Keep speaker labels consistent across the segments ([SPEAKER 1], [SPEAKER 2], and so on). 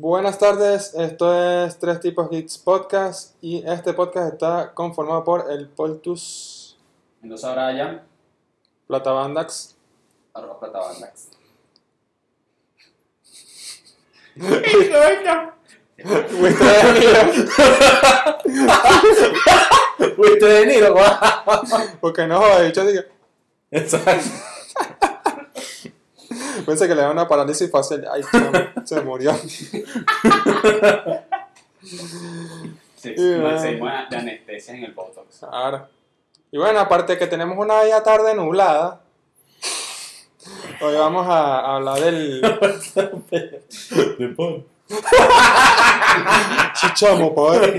[SPEAKER 1] Buenas tardes, esto es Tres Tipos Geeks Podcast y este podcast está conformado por el Poltus,
[SPEAKER 2] Mendoza Bryan,
[SPEAKER 1] Platabandax,
[SPEAKER 2] arroba platabandax.
[SPEAKER 1] Winston De Niro,
[SPEAKER 3] Fuiste de Niro,
[SPEAKER 1] porque no joder, yo digo,
[SPEAKER 3] Exacto.
[SPEAKER 1] pensé que le da una parálisis facial, ay, chamo, se murió.
[SPEAKER 2] Sí,
[SPEAKER 1] Yeah.
[SPEAKER 2] no hacemos de anestesia en el Botox.
[SPEAKER 1] Ahora. Y bueno, aparte que tenemos una bella tarde nublada, hoy vamos a a hablar del
[SPEAKER 3] De pan.
[SPEAKER 1] chichamo, pobre.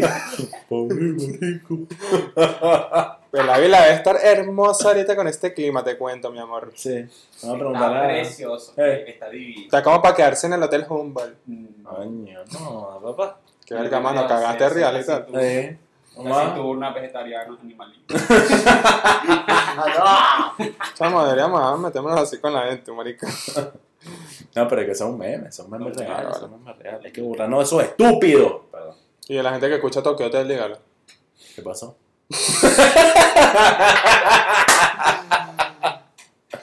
[SPEAKER 3] Pobre marico.
[SPEAKER 1] Pero la vila debe estar hermosa ahorita con este clima, te cuento, mi amor.
[SPEAKER 3] Sí. Vamos a preguntar
[SPEAKER 2] Está
[SPEAKER 3] a...
[SPEAKER 2] precioso,
[SPEAKER 3] Eh.
[SPEAKER 2] está divino.
[SPEAKER 1] Está como para quedarse en el Hotel Humboldt.
[SPEAKER 3] Coño, no, papá.
[SPEAKER 1] Que verga, mano, cagaste real y tal.
[SPEAKER 3] Eh.
[SPEAKER 2] Una
[SPEAKER 3] Mamá.
[SPEAKER 2] cinturna vegetariana, animalito.
[SPEAKER 1] Chamo, deberíamos ah, meternos así con la gente, marica.
[SPEAKER 3] No, pero es que son memes, son memes
[SPEAKER 1] No,
[SPEAKER 3] reales,
[SPEAKER 1] vale.
[SPEAKER 3] son memes reales. Hay que burlar. No, eso es estúpido. Perdón.
[SPEAKER 1] Y de la gente que escucha Tokyo Hotel, dígalo.
[SPEAKER 3] ¿Qué pasó?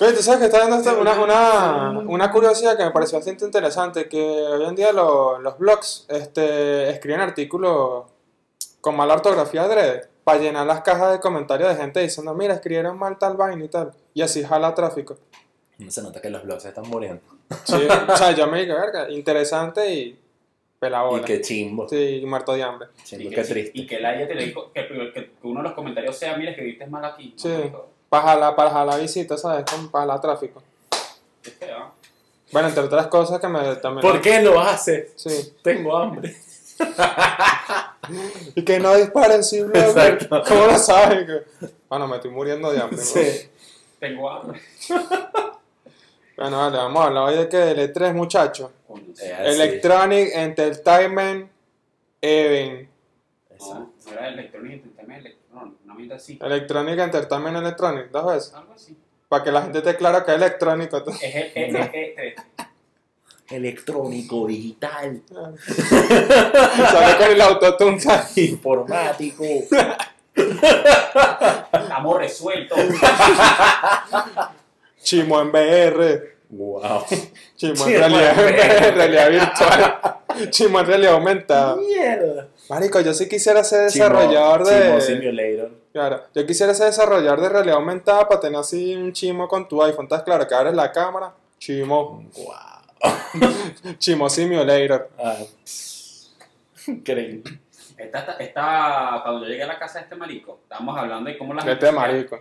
[SPEAKER 1] Oye, tú sabes que está dando esta- una, una, una curiosidad que me pareció bastante interesante, que hoy en día lo- los blogs este, escriben artículos con mala ortografía adrede para llenar las cajas de comentarios de gente diciendo, mira, escribieron mal tal vaina y tal. Y así jala tráfico.
[SPEAKER 3] No se nota que los blogs se están muriendo.
[SPEAKER 1] Sí, o sea, yo me dije, verga, interesante y
[SPEAKER 3] Y
[SPEAKER 1] pelabola.
[SPEAKER 3] qué chimbo.
[SPEAKER 1] Sí, muerto de hambre.
[SPEAKER 3] Chimbo,
[SPEAKER 2] que-
[SPEAKER 3] qué triste.
[SPEAKER 2] Y que la haya te le dijo que, que- que uno de los comentarios sea, mira, escribiste mal aquí. ¿no?
[SPEAKER 1] Sí.
[SPEAKER 2] Marico,
[SPEAKER 1] Para jalar, para jalar visitas, ¿sabes? Como Para jalar tráfico.
[SPEAKER 2] qué feo.
[SPEAKER 1] Bueno, entre otras cosas que me también...
[SPEAKER 3] ¿Por qué lo haces?
[SPEAKER 1] Sí.
[SPEAKER 3] Tengo hambre.
[SPEAKER 1] Y que no disparen sin blog.
[SPEAKER 3] Exacto.
[SPEAKER 1] ¿Cómo lo saben? Que- Bueno, me estoy muriendo de hambre. weón.
[SPEAKER 3] Sí.
[SPEAKER 2] Tengo hambre.
[SPEAKER 1] Bueno, vale, vamos a hablar hoy de que del E3, muchachos.
[SPEAKER 2] Coño, sí.
[SPEAKER 3] Eh, así.
[SPEAKER 1] Electronic Entertainment Event.
[SPEAKER 2] No,
[SPEAKER 3] Exacto.
[SPEAKER 2] no era electrónico, intenté electrónico, una mierda así.
[SPEAKER 1] Electronic Entertainment Electronic, dos veces.
[SPEAKER 2] Algo así.
[SPEAKER 1] Para que la gente esté clara que es electrónico.
[SPEAKER 2] Es el e e
[SPEAKER 3] Electrónico, digital,
[SPEAKER 1] Sale con el autotune. ¿sabes?
[SPEAKER 3] informático.
[SPEAKER 2] Estamos resueltos.
[SPEAKER 1] Chimo en VR.
[SPEAKER 3] wow.
[SPEAKER 1] Chimo
[SPEAKER 3] Chimo
[SPEAKER 1] en
[SPEAKER 3] en
[SPEAKER 1] realidad,
[SPEAKER 3] VR.
[SPEAKER 1] en realidad virtual. Chimo en realidad aumentada.
[SPEAKER 3] Mierda.
[SPEAKER 1] Marico, yo sí quisiera ser desarrollador de.
[SPEAKER 3] Chimo Simulator.
[SPEAKER 1] Claro, yo quisiera ser desarrollador de realidad aumentada para tener así un chimo con tu iPhone. Estás claro que abres la cámara, chimo,
[SPEAKER 3] Wow.
[SPEAKER 1] chimo simulator.
[SPEAKER 3] Ah, pss. Increíble.
[SPEAKER 2] Esta, esta, esta- cuando yo llegué a la casa de este marico, estábamos hablando de cómo la
[SPEAKER 1] De este marico.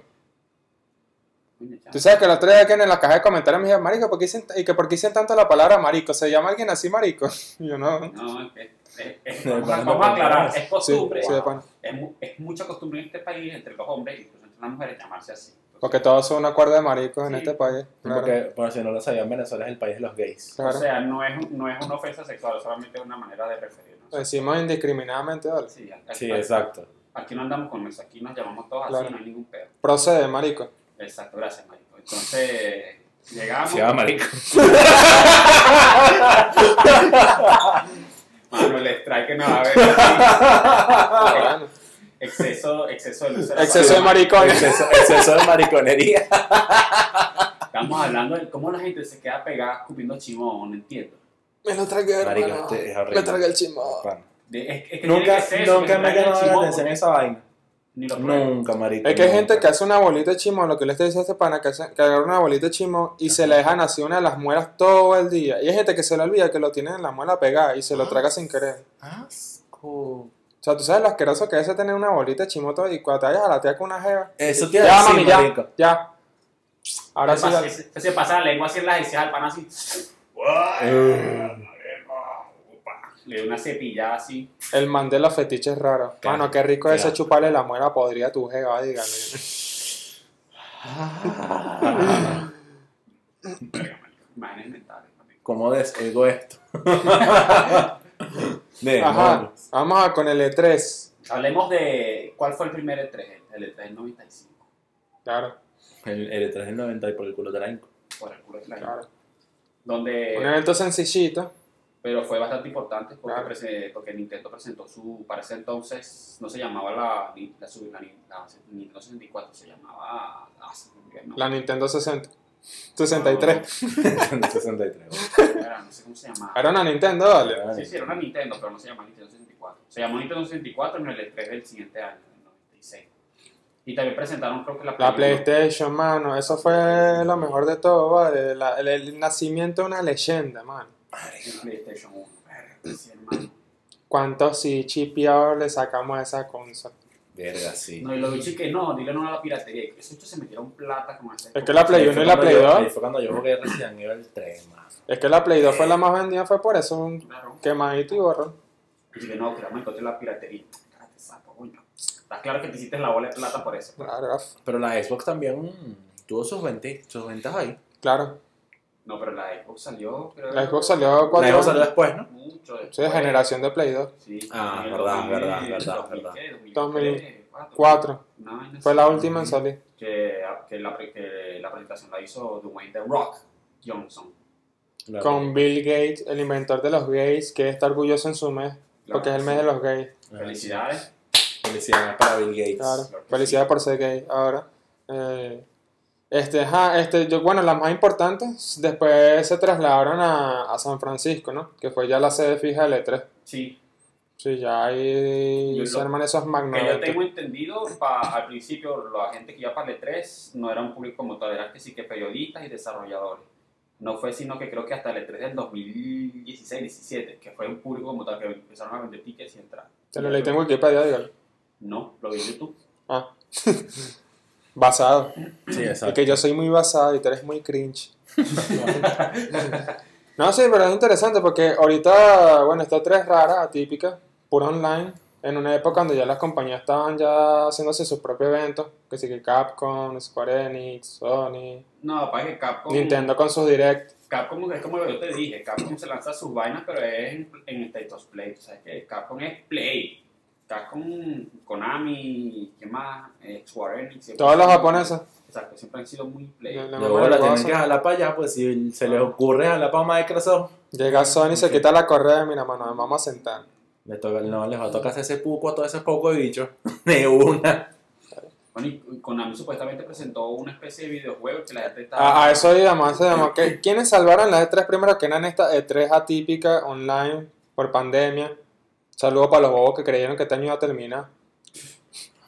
[SPEAKER 2] Coño, chamo.
[SPEAKER 1] Tú sabes que la otra vez que en la caja de comentarios me dijeron, marico, ¿por qué dicen, y que por qué dicen tanto la palabra marico? ¿Se llama alguien así marico? Y yo no.
[SPEAKER 2] No, es que- es- es-
[SPEAKER 3] De
[SPEAKER 2] vamos a-
[SPEAKER 3] pana,
[SPEAKER 2] vamos a
[SPEAKER 3] de pana.
[SPEAKER 2] aclarar, es
[SPEAKER 1] Sí,
[SPEAKER 2] costumbre.
[SPEAKER 1] sí, de pana.
[SPEAKER 2] es, mu- es mucha costumbre en este país entre los hombres, incluso entre las mujeres, llamarse así.
[SPEAKER 1] Porque todos son una cuerda de maricos en
[SPEAKER 2] Sí.
[SPEAKER 1] este país. Claro.
[SPEAKER 3] Porque, bueno, si no lo sabían, Venezuela es el país de los gays.
[SPEAKER 2] O
[SPEAKER 1] claro.
[SPEAKER 2] sea, no es, no es una ofensa sexual, solamente es una manera de referirnos.
[SPEAKER 1] Decimos indiscriminadamente, ¿vale?
[SPEAKER 2] Sí, aquí,
[SPEAKER 3] Sí, exacto.
[SPEAKER 2] aquí no andamos con eso, aquí nos llamamos todos
[SPEAKER 1] Claro.
[SPEAKER 2] así, no hay ningún pedo.
[SPEAKER 1] Procede, marico.
[SPEAKER 2] Exacto, gracias, marico. Entonces, llegamos.
[SPEAKER 3] Se llama marico.
[SPEAKER 2] Mano, el strike nos va a ver. aquí.
[SPEAKER 1] Bueno,
[SPEAKER 2] exceso, exceso de luz. a la
[SPEAKER 1] Exceso de
[SPEAKER 2] palabra.
[SPEAKER 1] maricones.
[SPEAKER 3] Exceso, exceso de mariconería.
[SPEAKER 2] Estamos hablando de cómo la gente se queda pegada escupiendo chimón, no entiendo.
[SPEAKER 1] Me lo tragué,
[SPEAKER 3] Marico,
[SPEAKER 1] hermano.
[SPEAKER 3] este es horrible.
[SPEAKER 1] Me tragué el chimo.
[SPEAKER 3] Pana.
[SPEAKER 2] De- es, es que tiene
[SPEAKER 3] Nunca,
[SPEAKER 2] que ser eso,
[SPEAKER 3] nunca
[SPEAKER 2] que
[SPEAKER 3] me ha
[SPEAKER 2] traigan
[SPEAKER 3] llamado la
[SPEAKER 2] chimón,
[SPEAKER 3] atención esa vaina.
[SPEAKER 2] Ni lo prueben.
[SPEAKER 3] Nunca, marico.
[SPEAKER 1] Es que hay
[SPEAKER 3] nunca.
[SPEAKER 1] gente que hace una bolita de chimo, lo que le estoy diciendo a este pana, que, hace- que agarra una bolita de chimo y se le dejan así una de las muelas todo el día. Y hay gente que se le olvida que lo tienen en la muela pegada y se
[SPEAKER 3] Ah.
[SPEAKER 1] lo traga sin querer.
[SPEAKER 3] Asco.
[SPEAKER 1] O sea, tú sabes lo asqueroso que es tener una bolita de chimo todo y cuando te vayas a la tía con una jeva.
[SPEAKER 3] Eso te
[SPEAKER 1] Ya,
[SPEAKER 3] iba a decir,
[SPEAKER 1] mami, ya.
[SPEAKER 3] marico.
[SPEAKER 1] Ya. Ahora sí.
[SPEAKER 2] se, pasa,
[SPEAKER 1] ya-
[SPEAKER 2] se- se pasa la lengua así en las encías al pan así. Le doy una cepillada así.
[SPEAKER 1] El man de los fetiches raros.
[SPEAKER 3] Claro,
[SPEAKER 1] Mano, qué rico ese
[SPEAKER 3] claro.
[SPEAKER 1] chuparle la muela podría tu jeva, dígame.
[SPEAKER 2] Verga, marico, Imágenes mentales. marico.
[SPEAKER 3] ¿Cómo despego esto? De
[SPEAKER 1] Ajá.
[SPEAKER 3] mono.
[SPEAKER 1] Vamos a con el E E3.
[SPEAKER 2] Hablemos de cuál fue el primer E3, el E E3 del 95.
[SPEAKER 1] Claro,
[SPEAKER 3] El, el E3 del 90 y por el culo de la Inco.
[SPEAKER 2] Por el culo de la
[SPEAKER 1] claro.
[SPEAKER 3] Eh.
[SPEAKER 2] Donde
[SPEAKER 1] Un evento sencillito.
[SPEAKER 2] pero fue bastante importante porque,
[SPEAKER 1] Claro.
[SPEAKER 2] prese- porque Nintendo presentó su, para ese entonces, no se llamaba la, ni- la, su- la ni- la Nintendo 64, se llamaba... ah, se me olvidó el nombre.
[SPEAKER 1] La Nintendo 60.
[SPEAKER 3] Ah,
[SPEAKER 1] 63.
[SPEAKER 3] En el 63.
[SPEAKER 2] Era, no sé cómo se llamaba.
[SPEAKER 1] Era una Nintendo, vale.
[SPEAKER 3] Vale.
[SPEAKER 2] Sí, sí, era una Nintendo, pero no se llamaba Nintendo 64. Se llamó Nintendo 64 en el E3 del siguiente año, en el 96. Y también presentaron, creo que la,
[SPEAKER 1] La
[SPEAKER 2] Play uno.
[SPEAKER 1] PlayStation, mano. Eso fue lo mejor de todo, vale. La- el, el nacimiento de una leyenda, mano.
[SPEAKER 2] El PlayStation 1. Verga, sí, hermano.
[SPEAKER 1] ¿Cuántos sí chipeados le sacamos a esa consola?
[SPEAKER 3] Verga, sí.
[SPEAKER 2] No, y lo bichos que no, dile no a la piratería. Esos bichos se metieron plata con hacer.
[SPEAKER 1] Es que la Play
[SPEAKER 3] Ahí
[SPEAKER 1] 1
[SPEAKER 3] fue
[SPEAKER 1] y la
[SPEAKER 3] cuando
[SPEAKER 1] Play
[SPEAKER 3] yo-
[SPEAKER 1] 2.
[SPEAKER 3] ahí fue cuando yo jugué Resident Evil 3, mano.
[SPEAKER 1] Es que la Play 2 fue la más vendida, fue por eso un
[SPEAKER 2] Claro.
[SPEAKER 1] quemadito y borrón.
[SPEAKER 2] Y que no, que vamos a encontrar la piratería. Cállate, sapo, coño. Está claro que te hiciste la bola de plata por eso.
[SPEAKER 1] Claro,
[SPEAKER 3] Pero la Xbox también mm, tuvo sus, vente- sus ventas ahí.
[SPEAKER 1] claro.
[SPEAKER 2] No, pero la Xbox salió, creo.
[SPEAKER 1] La Xbox salió
[SPEAKER 3] La
[SPEAKER 1] cuatro
[SPEAKER 3] Xbox salió después, ¿no?
[SPEAKER 2] Mucho después.
[SPEAKER 1] Sí, generación de Play 2.
[SPEAKER 2] Sí.
[SPEAKER 3] Ah,
[SPEAKER 2] en el
[SPEAKER 3] verdad,
[SPEAKER 2] 2000,
[SPEAKER 3] verdad, verdad, verdad.
[SPEAKER 2] 2003, 2004.
[SPEAKER 1] 4.
[SPEAKER 2] Una vaina
[SPEAKER 1] Fue
[SPEAKER 2] así.
[SPEAKER 1] la última en salir.
[SPEAKER 2] Que, que la, pre- que la presentación la hizo Dwayne The Rock Johnson.
[SPEAKER 3] La-
[SPEAKER 1] Con Bill Gates, el inventor de los gays, que está orgulloso en su mes,
[SPEAKER 2] Claro
[SPEAKER 1] porque es el
[SPEAKER 2] que
[SPEAKER 1] mes
[SPEAKER 2] sí.
[SPEAKER 1] de los gays.
[SPEAKER 3] Ah,
[SPEAKER 2] Felicidades.
[SPEAKER 3] Felicidades para Bill Gates.
[SPEAKER 1] Claro,
[SPEAKER 2] Claro que
[SPEAKER 1] felicidades por ser gay ahora. Eh, este, ajá, este, yo, bueno, las más importantes, después se trasladaron a, a San Francisco, ¿no? Que fue ya la sede fija del E3.
[SPEAKER 2] Sí.
[SPEAKER 1] Sí, ya ahí
[SPEAKER 2] Yo
[SPEAKER 1] se
[SPEAKER 2] lo-
[SPEAKER 1] arman esos magnos.
[SPEAKER 2] Que yo
[SPEAKER 1] eventos.
[SPEAKER 2] tengo entendido, pa- al principio la gente que iba para el E3 no era un público como tal, era que sí que periodistas y desarrolladores. No fue sino que creo que hasta el E3 del 2016-17, que fue un público como tal, que empezaron a vender tickets y entrar.
[SPEAKER 1] Te lo leí en Wikipedia, dígalo.
[SPEAKER 2] No, lo vi en YouTube.
[SPEAKER 1] Ah. basado.
[SPEAKER 3] Sí,
[SPEAKER 1] Es
[SPEAKER 3] exacto.
[SPEAKER 1] que yo soy muy basado y tú eres muy cringe. No, sí, pero es interesante porque ahorita, bueno, está tres rara, atípica, pura online, en una época donde ya las compañías estaban ya haciéndose sus propios eventos, que sí que Capcom, Square Enix, Sony,
[SPEAKER 2] No, para que Capcom.
[SPEAKER 1] Nintendo con sus direct.
[SPEAKER 2] Capcom es como yo te dije, Capcom se lanza sus vainas, pero es en, en State of Play. O sea, que Capcom es Play. Capcom, Konami, ¿qué más? Eh, Square Enix. siempre-
[SPEAKER 1] Todos los japoneses.
[SPEAKER 2] Exacto, siempre han sido muy Play.
[SPEAKER 1] la- la
[SPEAKER 3] Luego
[SPEAKER 1] memoria
[SPEAKER 3] la
[SPEAKER 1] del
[SPEAKER 3] tienen
[SPEAKER 1] gozo.
[SPEAKER 3] que jalar para allá, pues si se les ocurre jalar para Microsoft,
[SPEAKER 1] Llega Sony, se quita la correa, mira, mano, nos vamos a sentar.
[SPEAKER 3] les toca, no, les va a tocar hacer ese puco a todos esos pocos bichos de una.
[SPEAKER 2] Bueno, y Konami supuestamente presentó una especie de videojuego que la gente está.
[SPEAKER 3] Ah.
[SPEAKER 1] A, a Ah, eso íbamos, a eso íbamos. ¿Qué- ¿Quiénes salvaron las E3 primero que eran esta E3 atípica online por pandemia? Saludo para los bobos que creyeron que este año iba a terminar.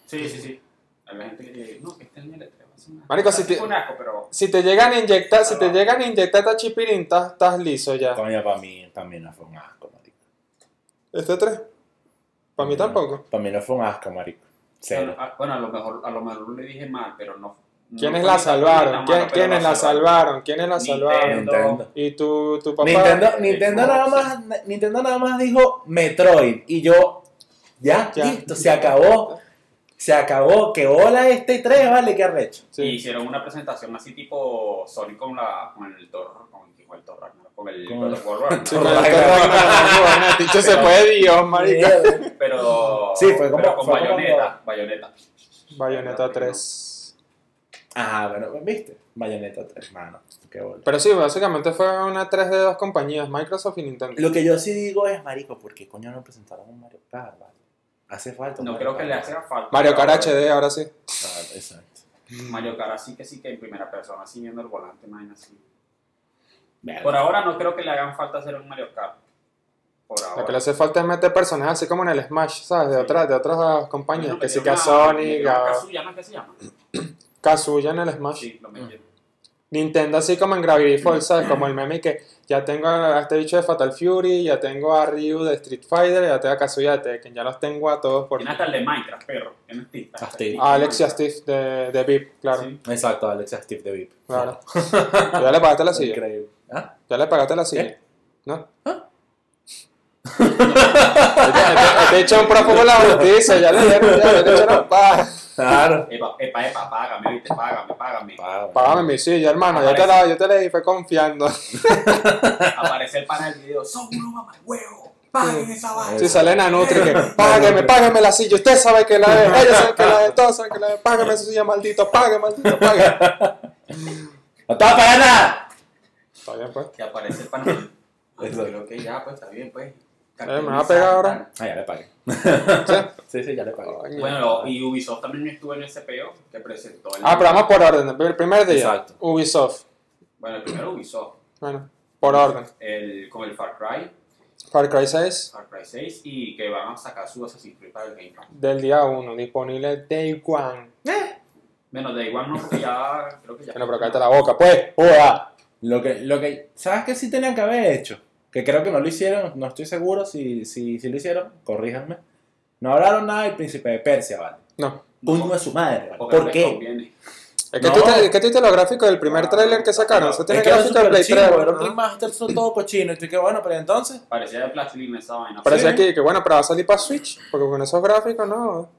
[SPEAKER 2] Sí, sí, sí. Hay la gente que dice, no, que este año le trae más una.
[SPEAKER 1] Marico,
[SPEAKER 2] O sea,
[SPEAKER 1] si te-
[SPEAKER 2] fue un asco, pero.
[SPEAKER 1] Si te llegan a inyectar, si te llegan a inyectar esta chipirín, estás estás liso ya.
[SPEAKER 3] Coño, para mí también no fue un asco, marico.
[SPEAKER 1] ¿Este 3? Para mí tampoco.
[SPEAKER 3] Para mí no fue un asco, marico. Cero.
[SPEAKER 2] Bueno, a, bueno, a lo mejor a lo mejor le dije mal, pero no.
[SPEAKER 1] ¿Quiénes
[SPEAKER 2] no fue
[SPEAKER 1] la
[SPEAKER 2] ni tan buena
[SPEAKER 1] salvaron?
[SPEAKER 2] mala,
[SPEAKER 1] ¿Quién-
[SPEAKER 2] pero
[SPEAKER 1] ¿Quiénes la salvaron? ¿Quiénes la
[SPEAKER 2] Nintendo.
[SPEAKER 1] salvaron?
[SPEAKER 3] Nintendo.
[SPEAKER 1] Y tu, tu papá.
[SPEAKER 3] Nintendo, Nintendo nada más, Nintendo nada más dijo Metroid y yo ya,
[SPEAKER 1] Ya.
[SPEAKER 3] listo, se acabó, se acabó, que hola este 3, vale, qué arrecho.
[SPEAKER 2] Y
[SPEAKER 1] Sí.
[SPEAKER 2] hicieron una presentación así tipo Sonic con la con el Thor, con el con el Thor Ragnarok, con el
[SPEAKER 3] Con
[SPEAKER 2] God
[SPEAKER 3] el-
[SPEAKER 2] of War Ragnarok.
[SPEAKER 1] Sí, pero este Ragnarok, bueno, el dicho se fue Dios, marica.
[SPEAKER 3] Mierda.
[SPEAKER 2] pero
[SPEAKER 3] Sí, fue como-
[SPEAKER 2] pero con
[SPEAKER 3] fue como-
[SPEAKER 2] bayoneta, bayoneta.
[SPEAKER 1] Bayonetta 3.
[SPEAKER 3] Ajá, Ah, bueno, pues, viste, Bayonetta 3, mano, qué bola.
[SPEAKER 1] Pero sí, básicamente fue una 3 de dos compañías, Microsoft y Nintendo.
[SPEAKER 3] Lo que yo sí digo es, marico, ¿por qué coño no presentaron un Mario Kart? vale? Hace falta. un
[SPEAKER 2] No
[SPEAKER 3] Mario
[SPEAKER 2] creo que le
[SPEAKER 3] Kart.
[SPEAKER 2] haga falta.
[SPEAKER 1] Mario Kart HD, ahora sí.
[SPEAKER 3] Ah, Exacto.
[SPEAKER 2] Mario Kart así que sí que en primera persona, así viendo el volante, imagina así.
[SPEAKER 3] Verga.
[SPEAKER 2] Por ahora no creo que le hagan falta hacer un Mario Kart. Por ahora.
[SPEAKER 1] Lo que le hace falta es meter personajes así como en el Smash, ¿sabes? De otras, de otras compañías.
[SPEAKER 2] Bueno,
[SPEAKER 1] que sí
[SPEAKER 2] metieron
[SPEAKER 1] que a
[SPEAKER 2] a-
[SPEAKER 1] Sonic,
[SPEAKER 2] metieron a
[SPEAKER 1] a
[SPEAKER 2] Kazuya, ¿no es que se llama?
[SPEAKER 1] Kazuya en el Smash.
[SPEAKER 2] Sí, lo
[SPEAKER 1] Mm,
[SPEAKER 2] metieron.
[SPEAKER 1] Nintendo así como en Gravity Falls, ¿sabes? Como el meme que ya tengo a este bicho de Fatal Fury, ya tengo a Ryu de Street Fighter, ya tengo a Kazuya de Tekken, ya los tengo a todos por...
[SPEAKER 2] Tiene hasta el de Minecraft, perro. Tiene hasta-
[SPEAKER 3] Ah, sí.
[SPEAKER 1] A Alex y a Steve de, de VIP, claro.
[SPEAKER 2] Sí.
[SPEAKER 3] Exacto, Alexa Steve de VIP.
[SPEAKER 1] claro. ya le pagaste la silla.
[SPEAKER 3] Increíble. ¿Ah?
[SPEAKER 1] Ya le pagaste la silla.
[SPEAKER 3] ¿Eh?
[SPEAKER 1] ¿No? Este- Este hecho un prófugo de la justicia, ya le dieron, ya le echaron pa-
[SPEAKER 3] Claro.
[SPEAKER 2] Epa, epa, epa, págame, viste, págame, págame.
[SPEAKER 1] Págame mi silla, hermano, yo te la, yo te la di, fue confiando.
[SPEAKER 2] Aparece el pana del video, son unos mamahuevos, paguen esa vaina.
[SPEAKER 1] Si sale Nanutri que págueme, págueme la silla, usted sabe que la es, ellos saben que la es, todos saben que la es, págueme su silla, maldito, pague, maldito, pague.
[SPEAKER 3] ¡No estaba para nada!
[SPEAKER 1] Está bien, pues.
[SPEAKER 2] Que aparece el pana, Ah, yo
[SPEAKER 3] Exacto.
[SPEAKER 2] creo que ya, pues está bien, pues.
[SPEAKER 1] Eh, me va a pegar ahora.
[SPEAKER 3] Ah, ya le pagué. sí, sí, ya le pagué.
[SPEAKER 1] Coño.
[SPEAKER 2] Bueno, lo- y Ubisoft también estuvo en ese peo que presentó el.
[SPEAKER 1] Ah, pero vamos por orden. El primer día,
[SPEAKER 3] Exacto.
[SPEAKER 1] Ubisoft.
[SPEAKER 2] Bueno, el primero Ubisoft,
[SPEAKER 1] Bueno, por orden.
[SPEAKER 2] el, con el Far Cry,
[SPEAKER 1] Far Cry 6,
[SPEAKER 2] Far Cry 6, y que van a sacar su Assassin's Creed para el Game Pass.
[SPEAKER 1] del día 1, disponible Day One.
[SPEAKER 2] Menos de igual no, porque ya creo que ya.
[SPEAKER 1] Bueno, pero cállate la boca, pues. Joda.
[SPEAKER 3] Lo que, lo que, ¿sabes qué sí tenían que haber hecho? Que creo que no lo hicieron, no estoy seguro si, si, si lo hicieron, corríjanme. No hablaron nada del príncipe de Persia, ¿vale?
[SPEAKER 1] No.
[SPEAKER 3] Coño de su madre, ¿vale?
[SPEAKER 2] Porque no
[SPEAKER 3] ¿Por
[SPEAKER 2] les
[SPEAKER 3] qué?
[SPEAKER 2] conviene.
[SPEAKER 1] Es que
[SPEAKER 3] No.
[SPEAKER 1] tú te- es que tú viste los gráficos del primer
[SPEAKER 2] Ah,
[SPEAKER 1] tráiler que sacaron. Eso tiene
[SPEAKER 3] Es que era
[SPEAKER 1] gráficos de
[SPEAKER 3] súper
[SPEAKER 1] Play Ah.
[SPEAKER 3] chimbo,
[SPEAKER 1] 3.
[SPEAKER 3] era un
[SPEAKER 1] ¿no?
[SPEAKER 3] remaster son todo cochino. Y tú que bueno, pero entonces...
[SPEAKER 2] Parecía de plastilina esa vaina.
[SPEAKER 1] Parece
[SPEAKER 3] Sí.
[SPEAKER 1] aquí que bueno, pero va a salir para Switch. Porque con esos gráficos, no.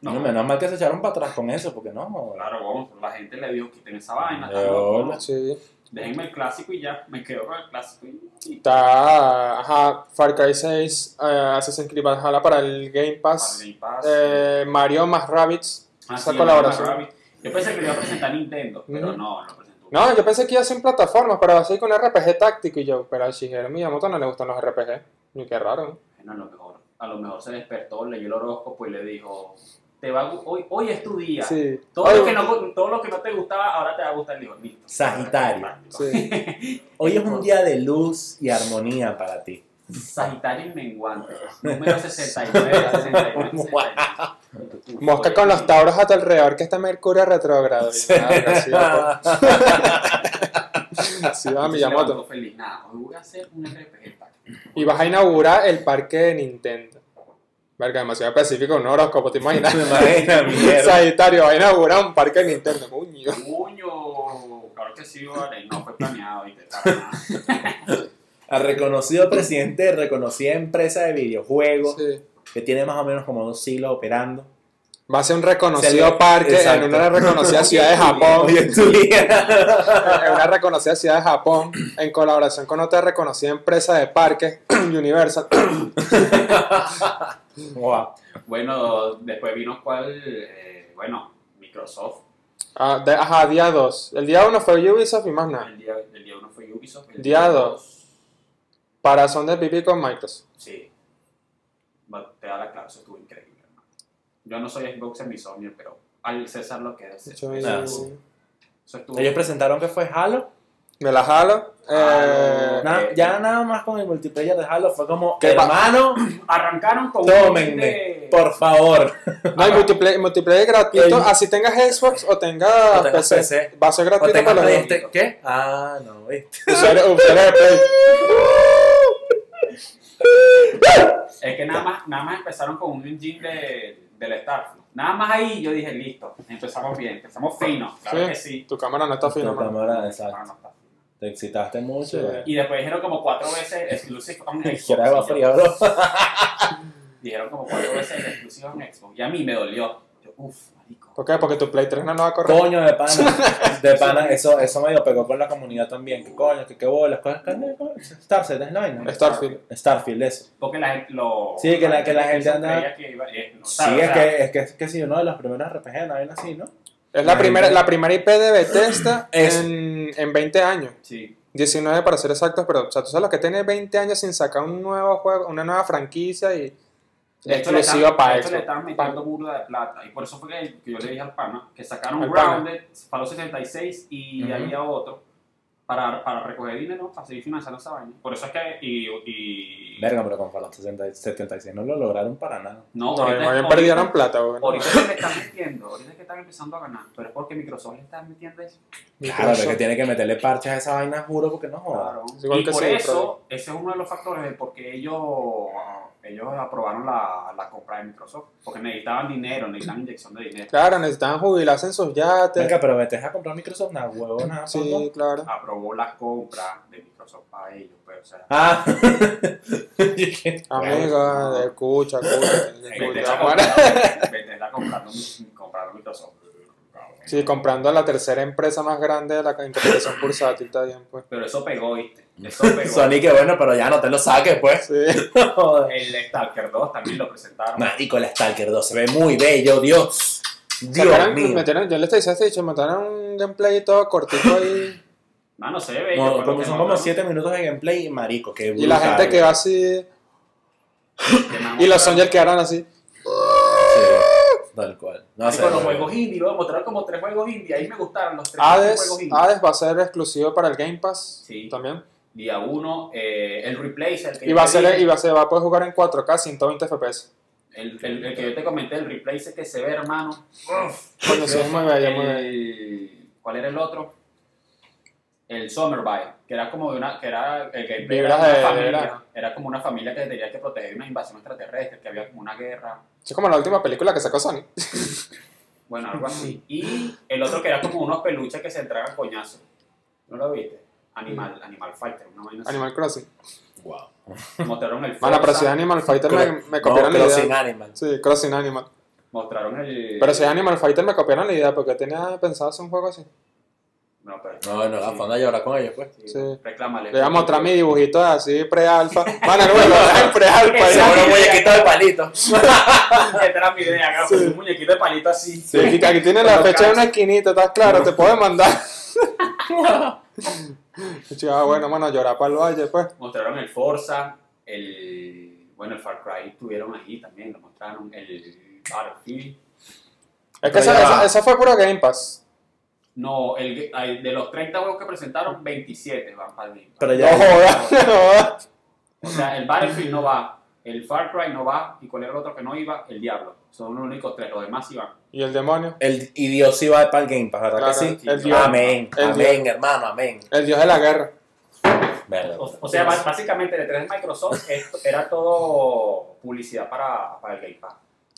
[SPEAKER 3] No,
[SPEAKER 2] No.
[SPEAKER 3] menos mal que se echaron para atrás con eso, porque no...
[SPEAKER 2] Claro, vamos, la gente le dijo quiten esa vaina.
[SPEAKER 3] No.
[SPEAKER 2] está loco.
[SPEAKER 1] Sí.
[SPEAKER 2] Déjenme el clásico y ya, me quedo con el clásico y, y
[SPEAKER 1] Está. Ajá, Far Cry 6, eh, Assassin's Creed Valhalla para el Game
[SPEAKER 2] para
[SPEAKER 1] Pass.
[SPEAKER 2] el Game Pass.
[SPEAKER 1] eh, Mario más Rabbids.
[SPEAKER 2] Ah,
[SPEAKER 1] esa
[SPEAKER 2] sí,
[SPEAKER 1] colaboración.
[SPEAKER 2] Mario Rabbit. Yo pensé que lo iba a presentar Nintendo, pero no, lo presentó.
[SPEAKER 1] No, yo pensé que iba a ser en plataformas, pero va a ser con RPG táctico. Y yo, pero a Shigeru Miyamoto no le gustan los RPG. Ni qué raro. ¿no?
[SPEAKER 2] Bueno, a lo mejor, a lo mejor se despertó, leyó el horóscopo y le dijo, te va a gu- hoy, hoy es tu día.
[SPEAKER 1] Sí.
[SPEAKER 2] Todo,
[SPEAKER 1] Oye,
[SPEAKER 2] lo que no, todo lo que no te gustaba, ahora te va a gustar. Dijo, listo.
[SPEAKER 3] Sagitario.
[SPEAKER 1] sí.
[SPEAKER 3] Hoy es un día de luz y armonía para ti.
[SPEAKER 2] Sagitario en menguante. Número 69, 69, 69.
[SPEAKER 1] Mosca con los tauros a tu alrededor, que está Mercurio retrógrado. Y nada, sí, va, pues. Sí, va,
[SPEAKER 2] Ah,
[SPEAKER 1] Miyamoto.
[SPEAKER 2] feliz. Nada, hoy voy a hacer un RPG táctico.
[SPEAKER 1] Y vas a inaugurar el parque de Nintendo. Verga, demasiado específico, un horóscopo, ¿te imaginas?
[SPEAKER 3] Me imagino, mierda.
[SPEAKER 1] Sagitario va a inaugurar un parque de Nintendo, coño.
[SPEAKER 2] Coño, claro que sí, vale. No fue planeado y te tarda.
[SPEAKER 3] A reconocido presidente de reconocida empresa de videojuegos,
[SPEAKER 1] Sí.
[SPEAKER 3] que tiene más o menos como dos siglos operando.
[SPEAKER 1] Va a ser un
[SPEAKER 3] Se le-
[SPEAKER 1] reconocido parque
[SPEAKER 3] Exacto.
[SPEAKER 1] en una reconocida ciudad de Japón.
[SPEAKER 3] Hoy es tu día.
[SPEAKER 1] en una reconocida ciudad de Japón, en colaboración con otra reconocida empresa de parques, Universal.
[SPEAKER 3] Guau.
[SPEAKER 2] Bueno, después vino cuál, eh, bueno, Microsoft.
[SPEAKER 1] Ah, de- ajá, día 2. El día 1 fue Ubisoft y más nada.
[SPEAKER 2] El día, el día uno fue Ubisoft. El
[SPEAKER 1] Día dos.
[SPEAKER 2] dos,
[SPEAKER 1] Para son de pipí con Microsoft.
[SPEAKER 2] Sí. Va- Te da la clave, eso estuvo increíble. hermano. Yo no soy Xbox en mi Sony, pero al César lo que es.
[SPEAKER 1] Yo-
[SPEAKER 2] Eso,
[SPEAKER 3] Ah,
[SPEAKER 2] eso,
[SPEAKER 3] sí.
[SPEAKER 2] estuvo.
[SPEAKER 3] Ellos presentaron que fue Halo.
[SPEAKER 1] Me la jalo.
[SPEAKER 2] Ah,
[SPEAKER 1] Eh,
[SPEAKER 2] no.
[SPEAKER 3] Na- ya nada más con el multiplayer de Halo fue como,
[SPEAKER 1] ¿Qué pa-
[SPEAKER 3] hermano,
[SPEAKER 2] Arrancaron con un
[SPEAKER 3] tómenme,
[SPEAKER 2] de-
[SPEAKER 3] por favor.
[SPEAKER 1] Eh, no hay multiplayer, multiplayer gratuito.
[SPEAKER 3] El-
[SPEAKER 1] así tengas Xbox o tengas
[SPEAKER 3] O tengas
[SPEAKER 1] PC,
[SPEAKER 3] PC.
[SPEAKER 1] Va a ser
[SPEAKER 3] O
[SPEAKER 1] gratuito
[SPEAKER 3] tenga
[SPEAKER 1] para los
[SPEAKER 3] Play-
[SPEAKER 1] dos.
[SPEAKER 3] este- ¿Qué? Ah, no, viste.
[SPEAKER 1] Usuarios- usuarios de Play.
[SPEAKER 2] Es que nada más, nada más empezaron con un engine de, del Starfield. Nada más ahí yo dije, listo, empezamos bien, empezamos fino. Claro
[SPEAKER 1] Sí.
[SPEAKER 2] que sí.
[SPEAKER 1] Tu cámara no está fina,
[SPEAKER 3] Tu
[SPEAKER 1] mano.
[SPEAKER 3] cámara,
[SPEAKER 2] Ah,
[SPEAKER 3] exacto.
[SPEAKER 2] no, está fino.
[SPEAKER 3] Te excitaste mucho.
[SPEAKER 1] Sí.
[SPEAKER 3] eh.
[SPEAKER 2] Y después dijeron como cuatro veces exclusive on Xbox.
[SPEAKER 3] Que era agua
[SPEAKER 2] Y yo-
[SPEAKER 3] fría, bro.
[SPEAKER 2] Dijeron como cuatro veces exclusive on Xbox. Y a mí me dolió. Yo, uff, marico.
[SPEAKER 1] ¿Por qué? Porque tu Play 3 no lo va a correr.
[SPEAKER 3] Coño de pana, de pana, eso, eso medio pegó con la comunidad también. Que coño, que qué bolas, cosas. Starfield, es la vaina.
[SPEAKER 1] Starfield.
[SPEAKER 3] Starfield, eso.
[SPEAKER 2] Porque la gente lo.
[SPEAKER 3] Sí, que la- que la gente
[SPEAKER 2] eso
[SPEAKER 3] anda-
[SPEAKER 2] creía que iba- eh, no,
[SPEAKER 3] Sí,
[SPEAKER 2] claro, o
[SPEAKER 3] es
[SPEAKER 2] sea,
[SPEAKER 3] que, es que, es que sí, uno de los primeros RPG, una vaina así, ¿no?
[SPEAKER 1] Es la
[SPEAKER 3] Ay,
[SPEAKER 1] primera,
[SPEAKER 3] no.
[SPEAKER 1] la primera IP de Bethesda
[SPEAKER 3] Eso.
[SPEAKER 1] en, en 20 años.
[SPEAKER 2] Sí.
[SPEAKER 1] 19 para ser exactos, pero o sea, tú sabes lo que tiene 20 años sin sacar un nuevo juego, una nueva franquicia y
[SPEAKER 2] De hecho, le
[SPEAKER 1] exclusiva
[SPEAKER 2] están- de
[SPEAKER 1] para
[SPEAKER 2] hecho, le
[SPEAKER 1] Xbox.
[SPEAKER 2] están metiendo burda de plata. Y por eso fue que, que yo le dije al pana que sacaron
[SPEAKER 1] Al pana.
[SPEAKER 2] Grounded, Fallout 76 y
[SPEAKER 1] Ujú.
[SPEAKER 2] había otro para, para recoger dinero, para seguir financiando esa vaina. Por eso es que. Y, y-
[SPEAKER 3] Verga, pero con Fallout 60 76 no lo lograron para nada.
[SPEAKER 1] No,
[SPEAKER 2] no, ahorita-
[SPEAKER 1] más bien
[SPEAKER 2] ahorita-
[SPEAKER 1] perdieron plata, güey.
[SPEAKER 2] Ahorita es que le están metiendo, ahorita es que están empezando a ganar. Pero es porque Microsoft le está metiendo eso.
[SPEAKER 3] Claro, pero es que tiene que meterle parches a esa vaina, juro, porque no joda.
[SPEAKER 2] Claro.
[SPEAKER 1] Es igual
[SPEAKER 2] y
[SPEAKER 1] que
[SPEAKER 2] por
[SPEAKER 1] sí,
[SPEAKER 2] eso, ese es uno de los factores de por qué ellos, ellos aprobaron la, la compra de Microsoft. Porque necesitaban dinero, necesitaban inyección de dinero.
[SPEAKER 1] Claro, necesitan jubilarse en sus yates.
[SPEAKER 3] Venga, pero vete a comprar Microsoft, una huevona.
[SPEAKER 1] Sí,
[SPEAKER 3] pongo.
[SPEAKER 1] claro.
[SPEAKER 2] Aprobó la compra de Microsoft para ellos. Pero, o sea,
[SPEAKER 3] Ah, Dije, Ah, bueno,
[SPEAKER 1] Amigo, escucha, escucha.
[SPEAKER 2] Bethesda
[SPEAKER 1] escucha.
[SPEAKER 2] comprando, Bethesda comprando, comprando Microsoft.
[SPEAKER 1] Sí, comprando a la tercera empresa más grande de la interpretación bursátil también, pues.
[SPEAKER 2] Pero eso pegó, ¿viste? Eso pegó.
[SPEAKER 3] Sony, que bueno, pero ya no te lo saques, pues.
[SPEAKER 1] Sí.
[SPEAKER 3] Joder.
[SPEAKER 2] El Stalker 2 también lo presentaron.
[SPEAKER 3] Marico, el Stalker 2 se ve muy bello, Dios. Dios
[SPEAKER 1] Sacaron-
[SPEAKER 3] mío.
[SPEAKER 1] metieron- yo les decía, este dicho, mataron un gameplay y todo cortito ahí.
[SPEAKER 2] Mano, se Ah, ve bello.
[SPEAKER 3] Como-
[SPEAKER 2] por lo
[SPEAKER 3] como
[SPEAKER 2] que
[SPEAKER 3] son
[SPEAKER 2] nos
[SPEAKER 3] como
[SPEAKER 2] dan.
[SPEAKER 3] 7 minutos de gameplay y marico, qué
[SPEAKER 1] Y la
[SPEAKER 3] brutal. eh.
[SPEAKER 1] gente que va así.
[SPEAKER 2] Que nos
[SPEAKER 1] Y
[SPEAKER 2] dan-
[SPEAKER 1] los Songers que harán así.
[SPEAKER 3] Sí, tal cual. No
[SPEAKER 2] Marico,
[SPEAKER 3] sé.
[SPEAKER 2] los juegos indie, luego mostraron como tres juegos indie. Ahí me gustaron los tres
[SPEAKER 1] Hades,
[SPEAKER 2] juegos indie.
[SPEAKER 1] Hades va a ser exclusivo para el Game Pass
[SPEAKER 2] Sí.
[SPEAKER 1] también.
[SPEAKER 2] Día 1, el replace. El que
[SPEAKER 1] Y va, a
[SPEAKER 2] yo te
[SPEAKER 1] ser,
[SPEAKER 2] dije.
[SPEAKER 1] y va a ser, va a poder jugar en 4K 120 FPS.
[SPEAKER 2] El, el- el que yo te comenté, el replace que se ve, hermano.
[SPEAKER 1] Coño, sí, es muy bello, muy bello.
[SPEAKER 2] El- ¿Cuál era el otro? El Summerbite, que era como de una. Que era el gameplay. Era,
[SPEAKER 1] Vibras
[SPEAKER 2] una
[SPEAKER 1] de-
[SPEAKER 2] familia,
[SPEAKER 1] vibras.
[SPEAKER 2] era como una familia que tenía que proteger de una invasión extraterrestre, que había como una guerra.
[SPEAKER 1] Es como la última película que sacó Sony.
[SPEAKER 2] Bueno, algo así. Y el otro que era como unos peluches que se entregan coñazo. ¿No lo viste? Animal, Animal Fighter, una vaina así.
[SPEAKER 1] Animal Crossing.
[SPEAKER 3] Wow.
[SPEAKER 2] Mostraron el
[SPEAKER 1] Bueno, pero
[SPEAKER 2] Forza,
[SPEAKER 1] si es Animal Fighter me, me
[SPEAKER 3] No,
[SPEAKER 1] copiaron la
[SPEAKER 3] pero
[SPEAKER 1] idea.
[SPEAKER 3] sin Animal.
[SPEAKER 1] Sí, Crossing Animal.
[SPEAKER 2] Mostraron el.
[SPEAKER 1] Pero si es Animal Fighter me copiaron la idea porque tenía pensado hacer un juego así.
[SPEAKER 2] No, pero.
[SPEAKER 3] No, no, a
[SPEAKER 2] sí,
[SPEAKER 3] fondo a llorar con ellos, pues.
[SPEAKER 2] sí,
[SPEAKER 1] Sí.
[SPEAKER 2] Reclámale.
[SPEAKER 1] Le voy a mostrar mi dibujito así pre-alfa. Manuel, lo dejas en pre-alfa. ya.
[SPEAKER 3] Seguro muñequito de palito.
[SPEAKER 2] Esta era mi idea, acá, con un muñequito de palito así.
[SPEAKER 1] Sí, aquí, aquí tiene la
[SPEAKER 2] Con los
[SPEAKER 1] fecha de
[SPEAKER 2] cachos.
[SPEAKER 1] una esquinita, ¿estás claro? Te puedo mandar. Chico, ah, bueno, bueno, llorar para el valle, pues.
[SPEAKER 2] Mostraron el Forza, el. Bueno, el Far Cry tuvieron ahí también, lo mostraron. El Battlefield.
[SPEAKER 1] Es
[SPEAKER 3] Pero
[SPEAKER 1] que esa,
[SPEAKER 3] ya va.
[SPEAKER 1] esa, esa fue pura Game Pass.
[SPEAKER 2] No, el, ay, de los 30 juegos que presentaron, 27 van para el
[SPEAKER 3] Pero
[SPEAKER 1] No
[SPEAKER 3] ya.
[SPEAKER 1] jodas, no jodas.
[SPEAKER 2] O sea, el Battlefield no va, el Far Cry no va, y cuál era el otro que no iba, el Diablo. Son los únicos tres, los demás iban.
[SPEAKER 1] Y el demonio,
[SPEAKER 3] El, y Dios sí va para el Game Pass, ¿verdad
[SPEAKER 1] Claro,
[SPEAKER 3] que sí?
[SPEAKER 1] el
[SPEAKER 2] Dios.
[SPEAKER 3] amén,
[SPEAKER 1] El
[SPEAKER 3] amén, hermano, amén.
[SPEAKER 1] el dios de la guerra.
[SPEAKER 3] Verdad.
[SPEAKER 2] O, o sea, bas- básicamente de tres de Microsoft esto era todo publicidad para, para el Game Pass.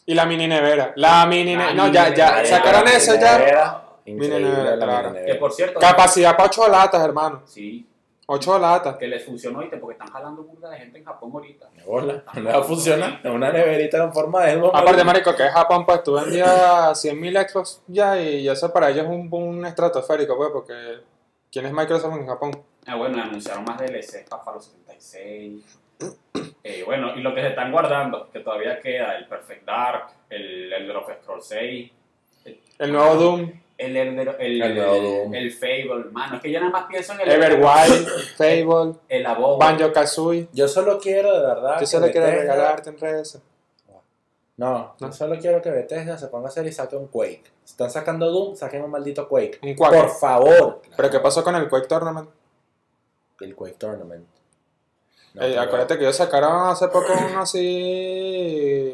[SPEAKER 1] Y la mini nevera. La mini
[SPEAKER 2] La
[SPEAKER 1] nevera. No,
[SPEAKER 2] mini
[SPEAKER 1] ya, ya,
[SPEAKER 2] nevera.
[SPEAKER 1] sacaron
[SPEAKER 2] La
[SPEAKER 1] eso
[SPEAKER 2] mini
[SPEAKER 1] ya.
[SPEAKER 3] Minera, Increíble
[SPEAKER 1] Minera,
[SPEAKER 3] la
[SPEAKER 1] claro.
[SPEAKER 2] Que
[SPEAKER 3] minera.
[SPEAKER 2] por cierto,
[SPEAKER 1] Capacidad para 8 latas, hermano.
[SPEAKER 2] sí,
[SPEAKER 1] 8 latas.
[SPEAKER 2] que les funcionó, ¿viste? Porque están jalando burda de gente en Japón ahorita.
[SPEAKER 3] Hola, no va a funcionar. Es una neverita en forma de elmo.
[SPEAKER 1] Aparte, marico, que es Japón, pues tú vendías 100.000 Xbox ya y eso para ellos es un boom estratosférico, pues, porque ¿quién es Microsoft en Japón?
[SPEAKER 2] Ah, bueno, anunciaron más DLC para Fallout 76. Eh, bueno, y lo que se están guardando, que todavía queda el Perfect Dark, el Elder of Scrolls 6,
[SPEAKER 1] El nuevo Doom,
[SPEAKER 2] el, Elder- el,
[SPEAKER 3] El nuevo Doom.
[SPEAKER 2] el Fable, mano. Es que yo nada más pienso en el
[SPEAKER 1] Everwild, Fable,
[SPEAKER 2] el Abobo.
[SPEAKER 1] Banjo Kazooie.
[SPEAKER 3] Yo solo quiero, de verdad.
[SPEAKER 1] Yo solo
[SPEAKER 3] que
[SPEAKER 1] quiero
[SPEAKER 3] Bethesda-
[SPEAKER 1] regalarte en redes.
[SPEAKER 3] No, yo
[SPEAKER 1] No.
[SPEAKER 3] solo quiero que Bethesda se ponga a hacer y saque un Quake. Si están sacando Doom, saquen un maldito Quake.
[SPEAKER 1] Un
[SPEAKER 3] Por
[SPEAKER 1] cuaco.
[SPEAKER 3] favor.
[SPEAKER 1] Pero ¿qué pasó con el Quake Tournament?
[SPEAKER 3] El Quake Tournament. No,
[SPEAKER 1] Eh,
[SPEAKER 3] pero-
[SPEAKER 1] acuérdate que ellos sacaron hace poco uno así.
[SPEAKER 2] No,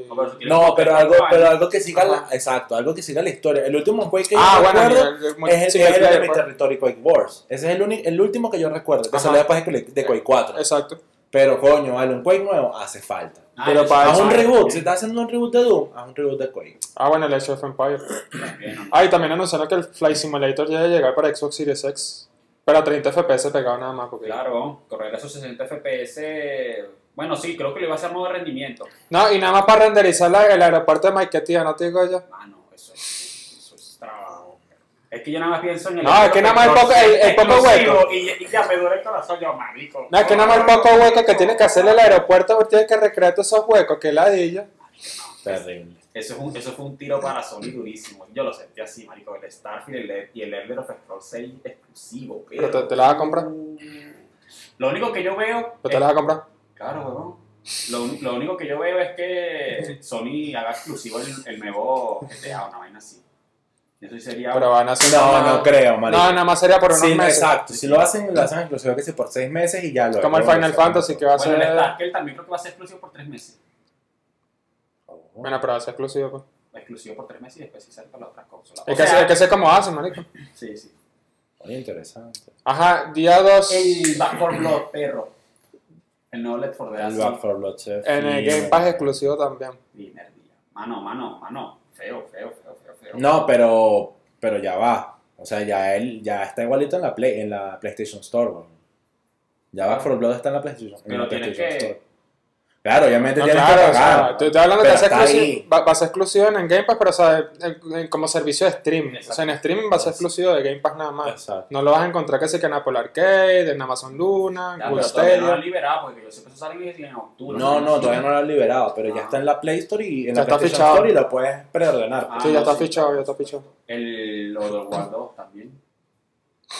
[SPEAKER 2] pero si quieres
[SPEAKER 3] No,
[SPEAKER 2] comprar
[SPEAKER 3] pero
[SPEAKER 2] un
[SPEAKER 3] algo,
[SPEAKER 2] pan,
[SPEAKER 3] pero algo que siga la,
[SPEAKER 1] Ajá.
[SPEAKER 3] exacto, algo que siga la historia. El último Quake que
[SPEAKER 1] Ah,
[SPEAKER 3] yo
[SPEAKER 1] bueno,
[SPEAKER 3] recuerdo
[SPEAKER 1] el- el- el-
[SPEAKER 3] es el,
[SPEAKER 1] single
[SPEAKER 3] es el
[SPEAKER 1] player,
[SPEAKER 3] Enemy
[SPEAKER 1] pues.
[SPEAKER 3] Territory Quake Wars. Ese es el, uni- el último que yo recuerdo, que
[SPEAKER 1] Ajá.
[SPEAKER 3] salió después de Quake- de Quake 4.
[SPEAKER 1] Exacto.
[SPEAKER 3] Pero coño, vale, un Quake nuevo hace falta.
[SPEAKER 2] Ah,
[SPEAKER 1] pero
[SPEAKER 2] yo
[SPEAKER 1] para-
[SPEAKER 3] Haz
[SPEAKER 2] soy
[SPEAKER 3] un
[SPEAKER 2] fan
[SPEAKER 3] reboot, si
[SPEAKER 2] también,
[SPEAKER 3] estás haciendo un reboot de Doom, haz un reboot de Quake.
[SPEAKER 1] Ah, bueno, el Age of Empires.
[SPEAKER 2] también, ¿no?
[SPEAKER 1] Ah, y también anunciaron que el Flight Simulator ya iba a llegar para Xbox Series X. Pero a 30 FPS pegado nada más. Porque...
[SPEAKER 2] Claro, correr a esos 60 FPS. Bueno, sí, creo que le va a hacer modo de rendimiento.
[SPEAKER 1] No, y nada más para renderizar la- el aeropuerto de Maiquetía, no te digo yo.
[SPEAKER 2] Mano, Ah, eso es, eso es trabajo. Es que yo nada más pienso en el.
[SPEAKER 1] No, es que nada más el poco- el- el poco
[SPEAKER 2] exclusivo
[SPEAKER 1] hueco.
[SPEAKER 2] Y, y ya me duele el corazón, yo, marico.
[SPEAKER 1] No, es que nada más el poco hueco que tienes que hacerle al aeropuerto, porque tienes que recrear todos esos huecos, que ladilla.
[SPEAKER 3] Terrible.
[SPEAKER 2] Eso, es un, eso fue un tiro para Sony durísimo. Yo lo sentí así, marico. El Starfield y el- y el Elder of Scrolls 6 exclusivo. Pero,
[SPEAKER 1] Pero te, te la vas a comprar,
[SPEAKER 2] Lo único que yo veo.
[SPEAKER 1] pero te la vas a comprar.
[SPEAKER 3] Eh,
[SPEAKER 2] Claro, huevón. Lo, un- lo único que yo veo es que Sony haga exclusivo el, el nuevo GTA, una vaina así. Eso sí sería.
[SPEAKER 1] Pero van a hacer
[SPEAKER 3] No,
[SPEAKER 1] nada-
[SPEAKER 3] no creo, marico.
[SPEAKER 1] No, nada más sería por unos
[SPEAKER 3] Sí,
[SPEAKER 1] meses.
[SPEAKER 3] exacto. Si lo hacen, lo hacen exclusivo que sí por seis meses y ya lo
[SPEAKER 1] Como el Final Fantasy que va a
[SPEAKER 2] bueno, el
[SPEAKER 1] ser.
[SPEAKER 2] Starfield también creo que va a ser exclusivo por tres meses.
[SPEAKER 1] Bueno, pero va a ser exclusivo, pues.
[SPEAKER 2] Exclusivo por tres meses y después sí sale para las otras consolas.
[SPEAKER 1] Es
[SPEAKER 2] O
[SPEAKER 1] que,
[SPEAKER 2] sea,
[SPEAKER 1] sé- es que sé cómo hacen, marico.
[SPEAKER 2] Sí, sí.
[SPEAKER 3] Muy interesante.
[SPEAKER 1] Ajá, día 2.
[SPEAKER 2] El Back 4 Blood, perro. El nuevo Let for the
[SPEAKER 3] El
[SPEAKER 2] Así.
[SPEAKER 3] Back 4 Blood se
[SPEAKER 1] En el
[SPEAKER 3] firma.
[SPEAKER 1] Game Pass exclusivo también.
[SPEAKER 2] Primer día. Mano, mano, mano. Feo, feo, feo, feo, feo.
[SPEAKER 3] No, pero, pero ya va. O sea, ya él ya está igualito en la Play, en la PlayStation Store. güey. Ya
[SPEAKER 1] Ah.
[SPEAKER 3] Back 4 Blood está en la PlayStation, en
[SPEAKER 2] Pero
[SPEAKER 3] la
[SPEAKER 2] tienes
[SPEAKER 3] PlayStation
[SPEAKER 2] que-
[SPEAKER 3] Claro, obviamente
[SPEAKER 1] No,
[SPEAKER 3] tienes
[SPEAKER 1] claro,
[SPEAKER 3] que
[SPEAKER 1] o sea,
[SPEAKER 3] pagar.
[SPEAKER 1] te estoy hablando que
[SPEAKER 3] Pero
[SPEAKER 1] va a ser
[SPEAKER 3] está
[SPEAKER 1] exclusivo- va, va a ser exclusivo en el Game Pass, pero o sea, en- en- como servicio de streaming.
[SPEAKER 2] Exacto.
[SPEAKER 1] O sea, en streaming va a ser exclusivo de Game Pass nada más.
[SPEAKER 3] Exacto.
[SPEAKER 1] No lo vas a encontrar que sí que en Apple Arcade, en Amazon Luna,
[SPEAKER 2] Ya,
[SPEAKER 1] en
[SPEAKER 2] pero todavía no lo han
[SPEAKER 1] Google
[SPEAKER 2] liberado porque yo sé que eso sale en octubre.
[SPEAKER 3] No, no, todavía no lo han liberado, pero ya
[SPEAKER 2] Ah.
[SPEAKER 3] está en la Play Store y en
[SPEAKER 1] Ya
[SPEAKER 3] la
[SPEAKER 1] está
[SPEAKER 3] PlayStation
[SPEAKER 1] fichado.
[SPEAKER 3] Store y lo puedes preordenar.
[SPEAKER 2] Ah,
[SPEAKER 1] Sí, ya
[SPEAKER 2] no,
[SPEAKER 1] está fichado, ya está fichado.
[SPEAKER 2] El Overwatch 2 también.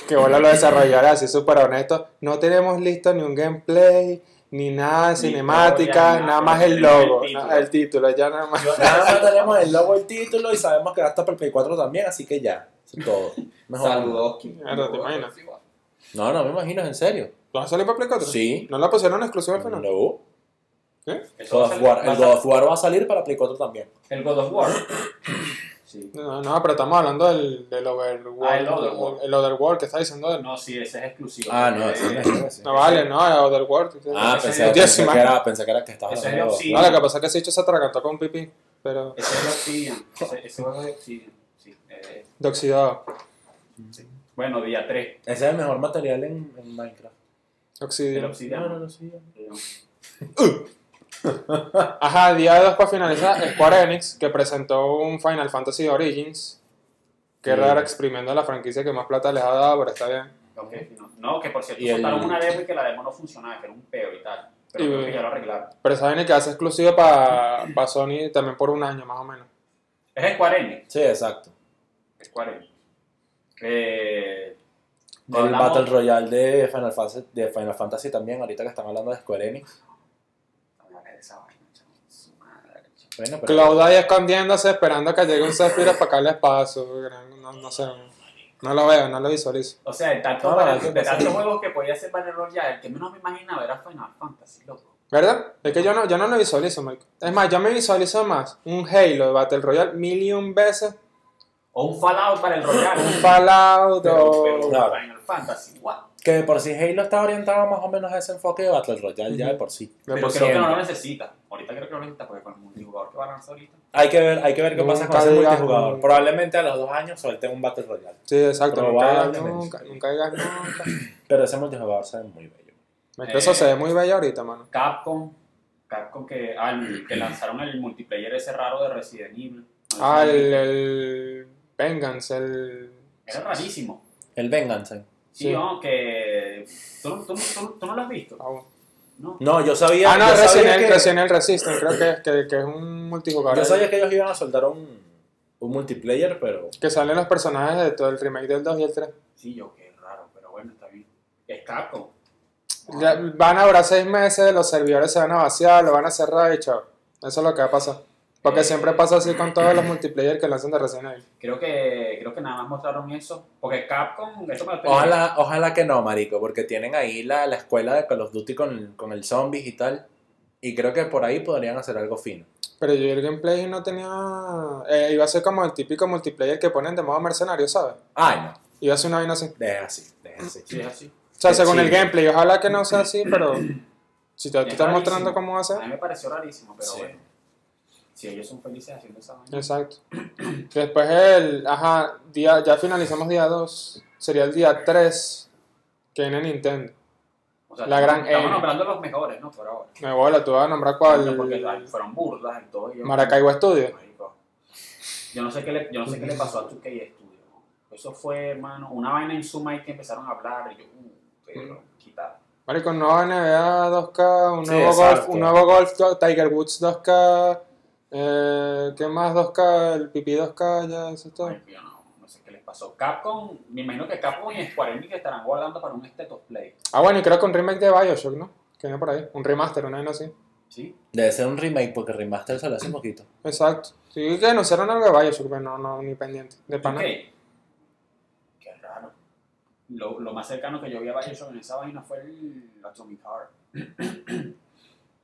[SPEAKER 1] que bueno lo desarrollará, así súper honesto. No tenemos listo ni un gameplay, ni nada de
[SPEAKER 2] Ni
[SPEAKER 1] cinemática,
[SPEAKER 2] historia,
[SPEAKER 1] nada
[SPEAKER 2] nada,
[SPEAKER 1] más el
[SPEAKER 2] tenemos el
[SPEAKER 1] logo,
[SPEAKER 2] título.
[SPEAKER 1] na- el título, ya nada más.
[SPEAKER 2] Yo-
[SPEAKER 3] Nada más tenemos el logo, el título y sabemos que va a estar para el Play 4 también, así que ya. Eso es todo. Mejor.
[SPEAKER 2] Saludos. Kim.
[SPEAKER 1] Claro, Ah, te imaginas.
[SPEAKER 3] No, no me imagino, es en serio.
[SPEAKER 1] ¿Vas a salir para Play 4?
[SPEAKER 3] Sí.
[SPEAKER 1] ¿No la pusieron exclusiva al final?
[SPEAKER 3] No.
[SPEAKER 2] Eso va
[SPEAKER 3] God
[SPEAKER 2] a
[SPEAKER 3] of
[SPEAKER 2] salir-
[SPEAKER 3] War-
[SPEAKER 2] va
[SPEAKER 3] El
[SPEAKER 2] a
[SPEAKER 3] God
[SPEAKER 2] sal-
[SPEAKER 3] of War va a salir para Play 4 también.
[SPEAKER 2] El God of War. Sí.
[SPEAKER 1] No, no, pero estamos hablando del, del Overworld.
[SPEAKER 2] Ah, el Otherworld.
[SPEAKER 1] El Otherworld que está diciendo. del-
[SPEAKER 2] No, sí, ese es exclusivo. Eh,
[SPEAKER 3] Ah, no, eso
[SPEAKER 2] ese
[SPEAKER 3] no
[SPEAKER 2] es.
[SPEAKER 3] es
[SPEAKER 1] Eh, No vale, no, el Otherworld.
[SPEAKER 3] Ah,
[SPEAKER 2] Ese
[SPEAKER 3] pensé,
[SPEAKER 1] no tiene
[SPEAKER 3] pensé, que
[SPEAKER 1] imagen.
[SPEAKER 3] era, pensé que era que estabas
[SPEAKER 2] Ese es
[SPEAKER 3] hablando. de God of
[SPEAKER 2] Obsidian.
[SPEAKER 1] No,
[SPEAKER 3] War.
[SPEAKER 1] lo que pasa es que ese hecho se atragantó con pipí, pero
[SPEAKER 2] Ese es Obsidian. Ese, ese juego es Obsidian. Sí. eh,
[SPEAKER 1] de oxidado.
[SPEAKER 2] bueno, día 3.
[SPEAKER 3] Ese es el mejor material en, en Minecraft.
[SPEAKER 2] El
[SPEAKER 1] Oxidio.
[SPEAKER 2] Obsidian. Eh,
[SPEAKER 3] sí.
[SPEAKER 1] Ajá, día 2 para finalizar, Square Enix, que presentó un Final Fantasy Origins. Qué
[SPEAKER 3] Sí.
[SPEAKER 1] raro exprimiendo la franquicia que más plata les ha dado, pero está bien.
[SPEAKER 2] Ok, no. No, que por cierto,
[SPEAKER 3] Y el-
[SPEAKER 2] soltaron una demo y que la demo no funcionaba, que era un peo y tal. Pero
[SPEAKER 1] Y-
[SPEAKER 2] creo que ya lo arreglaron.
[SPEAKER 1] Pero saben que hace exclusivo para Sony también por un año más o menos.
[SPEAKER 2] Es Square Enix.
[SPEAKER 3] Sí, exacto.
[SPEAKER 2] Square Enix. Eh,
[SPEAKER 3] El
[SPEAKER 2] hablamos-
[SPEAKER 3] Battle Royale de Final, Fantasy, de Final Fantasy también, ahorita que están hablando de Square Enix.
[SPEAKER 2] Hablar de esa vaina, chamo, su madre, chamo.
[SPEAKER 3] Bueno, pero-
[SPEAKER 1] Cloud ahí escondiéndose, esperando que llegue un Zephyr para acá el espacio. No, no sé. No lo veo, no lo visualizo.
[SPEAKER 2] O sea, de tantos
[SPEAKER 3] No,
[SPEAKER 2] para-
[SPEAKER 3] ¿qué
[SPEAKER 2] de
[SPEAKER 3] pasa?
[SPEAKER 2] tantos juegos que podía hacer Battle Royale, el que menos me imaginaba era Final Fantasy, loco.
[SPEAKER 1] ¿Verdad? Es que yo no, yo no lo visualizo, Mike. Es más, yo me visualizo más un Halo de Battle Royale mil y un veces,
[SPEAKER 2] O un Fallout para el Royale.
[SPEAKER 1] un Fallout
[SPEAKER 2] Pero,
[SPEAKER 1] o...
[SPEAKER 2] pero
[SPEAKER 3] Claro.
[SPEAKER 2] Final Fantasy, what?
[SPEAKER 3] Que de por sí Halo está orientado más o menos a ese enfoque de Battle Royale ya
[SPEAKER 1] Ujú.
[SPEAKER 3] de por sí.
[SPEAKER 1] de
[SPEAKER 2] Pero
[SPEAKER 1] por
[SPEAKER 2] creo
[SPEAKER 1] sí.
[SPEAKER 2] que no lo
[SPEAKER 3] siempre.
[SPEAKER 2] necesita. Ahorita creo que no lo necesita porque con el multijugador que van a lanzar ahorita.
[SPEAKER 3] Hay que ver, hay que ver qué pasa con
[SPEAKER 1] Nunca
[SPEAKER 3] ese
[SPEAKER 1] digas
[SPEAKER 3] multijugador.
[SPEAKER 1] nunca.
[SPEAKER 3] Probablemente a los dos años suelten un Battle Royale.
[SPEAKER 1] Sí, exacto. Nunca digas
[SPEAKER 3] Probablemente.
[SPEAKER 1] nunca, nunca digas nunca.
[SPEAKER 3] Pero ese multijugador se ve muy bello.
[SPEAKER 1] Microsoft
[SPEAKER 2] Eh.
[SPEAKER 1] se ve muy bella ahorita, mano.
[SPEAKER 2] Capcom, Capcom que, ah, el- que lanzaron el multiplayer ese raro de Resident Evil.
[SPEAKER 1] Ah, el, el Vengeance, el...
[SPEAKER 2] Era rarísimo.
[SPEAKER 3] El Vengeance.
[SPEAKER 2] Sí,
[SPEAKER 1] Sí.
[SPEAKER 2] no, que... ¿Tú, no- tú, no- tú, no- tú no lo has visto?
[SPEAKER 1] Ah, bueno.
[SPEAKER 2] No.
[SPEAKER 3] No, yo sabía.
[SPEAKER 1] Ah, no,
[SPEAKER 3] yo sabía
[SPEAKER 1] Resident Evil
[SPEAKER 3] que-
[SPEAKER 1] Resident Evil Resistance, creo que, es- que, que es un multijugador.
[SPEAKER 3] Yo sabía que ellos iban a soltar un, un multiplayer, pero.
[SPEAKER 1] Que salen los personajes de todo el remake del 2 y el 3.
[SPEAKER 2] Sí, yo, qué raro, pero bueno, está bien. Es Capcom.
[SPEAKER 1] Ya van a durar seis meses, los servidores se van a vaciar, lo van a cerrar y chao. Eso es lo que va a pasar. Porque siempre pasa así con todos los multiplayer que lanzan de Resident Evil.
[SPEAKER 2] Creo que, creo que nada más mostraron eso. Porque Capcom, esto me lo estoy-
[SPEAKER 3] Ojalá, ojalá que no, marico, porque tienen ahí la, la escuela de Call of Duty con, con el zombies y tal. Y creo que por ahí podrían hacer algo fino.
[SPEAKER 1] Pero yo el gameplay no tenía... eh, iba a ser como el típico multiplayer que ponen de modo mercenario, ¿sabes?
[SPEAKER 3] Ay, no.
[SPEAKER 1] Iba a ser una vaina así. O
[SPEAKER 3] Deja así, deja así.
[SPEAKER 2] Sí, es así.
[SPEAKER 1] sea,
[SPEAKER 3] Qué
[SPEAKER 1] según el
[SPEAKER 3] chido.
[SPEAKER 1] gameplay, ojalá que no sea así, pero... Si te, te
[SPEAKER 2] Es
[SPEAKER 1] están
[SPEAKER 2] rarísimo.
[SPEAKER 1] mostrando cómo va a
[SPEAKER 2] A
[SPEAKER 1] ser.
[SPEAKER 2] mí me pareció rarísimo, pero
[SPEAKER 3] Sí.
[SPEAKER 2] bueno. Si ellos son felices haciendo esa vaina.
[SPEAKER 1] Exacto. Después el... Ajá, día, ya finalizamos día 2. Sería el día 3 que viene Nintendo.
[SPEAKER 2] O sea,
[SPEAKER 1] La
[SPEAKER 2] estamos-
[SPEAKER 1] gran eh,
[SPEAKER 2] Estamos
[SPEAKER 1] M.
[SPEAKER 2] nombrando los mejores, ¿no? Por ahora.
[SPEAKER 1] Me bola, tú vas a nombrar
[SPEAKER 2] Porque
[SPEAKER 1] cuál...
[SPEAKER 2] ay, fueron burlas y todo. y yo-
[SPEAKER 1] Maracaibo Studio.
[SPEAKER 2] Marico. Yo no sé qué le, yo no sé qué le pasó a 2K Studio. ¿no? Eso fue, hermano, una vaina en suma y que empezaron a hablar. Y yo, uh, pero quitar.
[SPEAKER 1] Marico, un nuevo NBA 2K, un
[SPEAKER 3] Sí,
[SPEAKER 1] nuevo golf,
[SPEAKER 3] exacto.
[SPEAKER 1] un nuevo golf, do- Tiger Woods 2K, eh, ¿qué más 2K? El pipí 2K, ya eso es todo.
[SPEAKER 2] Marico, Yo no, no sé qué les pasó. Capcom, me imagino que Capcom y Square Enix estarán guardando para un State of Play.
[SPEAKER 1] Ah, bueno, y creo que un remake de Bioshock, ¿no? Que viene por ahí, un remaster, una vaina así.
[SPEAKER 2] ¿Sí?
[SPEAKER 3] Debe ser un remake, porque remaster salió hace poquito.
[SPEAKER 1] Exacto. Sí, que anunciaron algo de Bioshock, pero no, no, ni pendiente. De pana.
[SPEAKER 2] 2K. Qué raro. Lo, lo más cercano que yo vi a Bioshock en esa vaina fue el Atomic Heart.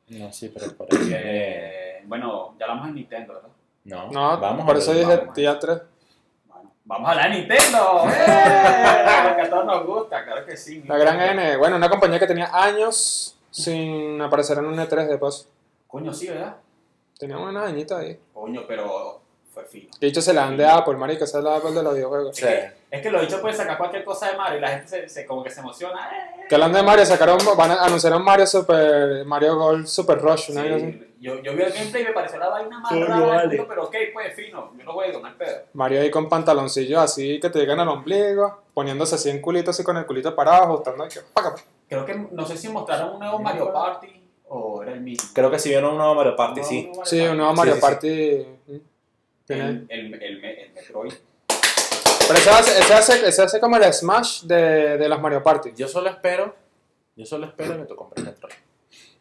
[SPEAKER 3] No, sí, pero por ahí. viene-
[SPEAKER 2] Eh, bueno, ya hablamos de Nintendo, ¿verdad?
[SPEAKER 3] No,
[SPEAKER 1] No,
[SPEAKER 3] vamos
[SPEAKER 1] por
[SPEAKER 3] a
[SPEAKER 1] eso
[SPEAKER 3] ver,
[SPEAKER 1] dije
[SPEAKER 3] vamos.
[SPEAKER 1] día 3.
[SPEAKER 2] Bueno, vamos a hablar de Nintendo. ¡Eh! Porque a todos nos gusta, claro que sí.
[SPEAKER 1] La gran N, bueno, una compañía que tenía años sin aparecer en un E3 de paso.
[SPEAKER 2] Coño, sí, ¿verdad?
[SPEAKER 1] Tenía una añita ahí.
[SPEAKER 2] Coño, pero fue fino.
[SPEAKER 1] De hecho, se la dan de Apple, marico, esa es la Apple de los videojuegos.
[SPEAKER 2] Es,
[SPEAKER 3] Sí.
[SPEAKER 2] que, es que lo dicho puede sacar cualquier cosa de Mario y la gente se, se- como que se emociona. ¡Eh!
[SPEAKER 1] Que hablando de Mario, sacaron, van a anunciar un Mario Super, Mario Gold Super Rush, una
[SPEAKER 2] Sí,
[SPEAKER 1] vaina así.
[SPEAKER 2] yo, yo vi el gameplay y me pareció la vaina más
[SPEAKER 3] Coño,
[SPEAKER 2] rara del
[SPEAKER 3] vale.
[SPEAKER 2] mundo, pero ok, pues fino. Yo lo juego, no hay pedo.
[SPEAKER 1] Mario ahí con pantaloncillos así que te llegan al ombligo, poniéndose así en culito, así con el culito parado, ajustando aquí. Paca, pa.
[SPEAKER 2] Creo que no sé si mostraron un nuevo Mario Party o era el mismo. Ah,
[SPEAKER 3] Creo que si vieron un nuevo Mario Party,
[SPEAKER 2] Un
[SPEAKER 3] sí.
[SPEAKER 2] nuevo Mario
[SPEAKER 1] Sí, un nuevo
[SPEAKER 3] Sí,
[SPEAKER 1] Mario
[SPEAKER 3] sí, sí.
[SPEAKER 1] Party. ¿Mm? Tiene-
[SPEAKER 2] El, el, el, el Metroid.
[SPEAKER 1] Pero ese hace, ese hace, ese hace como el smash de, de las Mario Party.
[SPEAKER 3] Yo solo espero, yo solo espero que tú compres Metroid.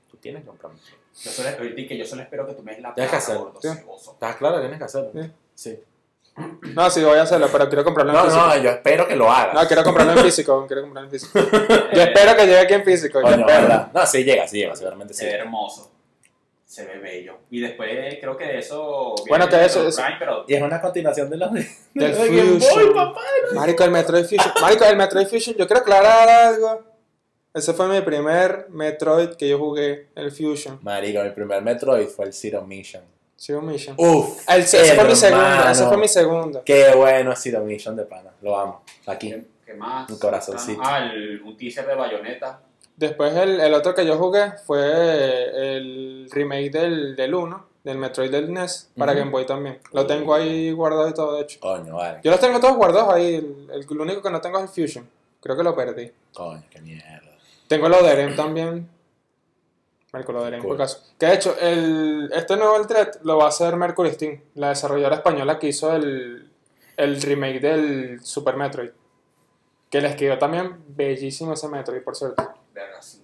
[SPEAKER 3] Tú tienes que comprar Metroid.
[SPEAKER 2] Yo solo, ahorita que yo solo espero que tú me des la
[SPEAKER 3] Tienes que hacerlo,
[SPEAKER 2] gordo,
[SPEAKER 1] tío.
[SPEAKER 2] ceboso.
[SPEAKER 3] ¿Estás Ah, claro? Tienes que hacerlo.
[SPEAKER 1] Sí.
[SPEAKER 3] Sí.
[SPEAKER 1] No, sí, voy a hacerlo, pero quiero comprarlo en
[SPEAKER 3] No, eh.
[SPEAKER 1] físico.
[SPEAKER 3] no, yo espero que lo hagas.
[SPEAKER 1] No, quiero comprarlo en físico, quiero comprarlo en físico. Yo
[SPEAKER 2] Eh,
[SPEAKER 1] espero que llegue aquí en físico. yo
[SPEAKER 3] Coño,
[SPEAKER 1] espero.
[SPEAKER 3] ¿verdad? No, sí llega, sí llega, seguramente sí.
[SPEAKER 2] Se ve hermoso. Se ve bello. Y después creo que de eso. viene
[SPEAKER 1] Bueno, que
[SPEAKER 2] el
[SPEAKER 1] eso-
[SPEAKER 2] Metroid
[SPEAKER 1] eso-
[SPEAKER 2] Prime, pero
[SPEAKER 3] Y es una continuación de los de,
[SPEAKER 1] Del
[SPEAKER 3] los de Game Boy,
[SPEAKER 1] Fusion.
[SPEAKER 3] papá.
[SPEAKER 1] Marico, el Metroid Fusion. Marico, el Metroid Fusion, yo quiero aclarar algo. Ese fue mi primer Metroid que yo jugué, el Fusion.
[SPEAKER 3] Marico, el primer Metroid fue el Zero Mission.
[SPEAKER 1] Zero Mission.
[SPEAKER 3] Uf,
[SPEAKER 1] El- ese fue mi
[SPEAKER 3] hermano.
[SPEAKER 1] segundo, ese fue mi segundo.
[SPEAKER 3] Qué bueno es Zero Mission de pana. Lo amo. Aquí.
[SPEAKER 2] ¿qué, qué más?
[SPEAKER 3] Un corazoncito.
[SPEAKER 2] Ah, el- un teaser de bayoneta.
[SPEAKER 1] Después el, el otro que yo jugué fue el remake del, del 1, del Metroid del NES, para
[SPEAKER 3] Ujú.
[SPEAKER 1] Game Boy también. Lo tengo ahí guardado y todo, de hecho.
[SPEAKER 3] Coño, vale.
[SPEAKER 1] Yo los tengo todos guardados ahí, el, el- lo único que no tengo es el Fusion. Creo que lo perdí.
[SPEAKER 3] Coño, qué mierda.
[SPEAKER 1] Tengo lo de Eren también. Mercury lo de Eren,
[SPEAKER 3] Cool.
[SPEAKER 1] por caso. Que de hecho, el, este nuevo el thread lo va a hacer Mercury Steam, la desarrolladora española que hizo el, el remake del Super Metroid. Que les quedó también bellísimo ese Metroid, por cierto.
[SPEAKER 2] Verga, sí.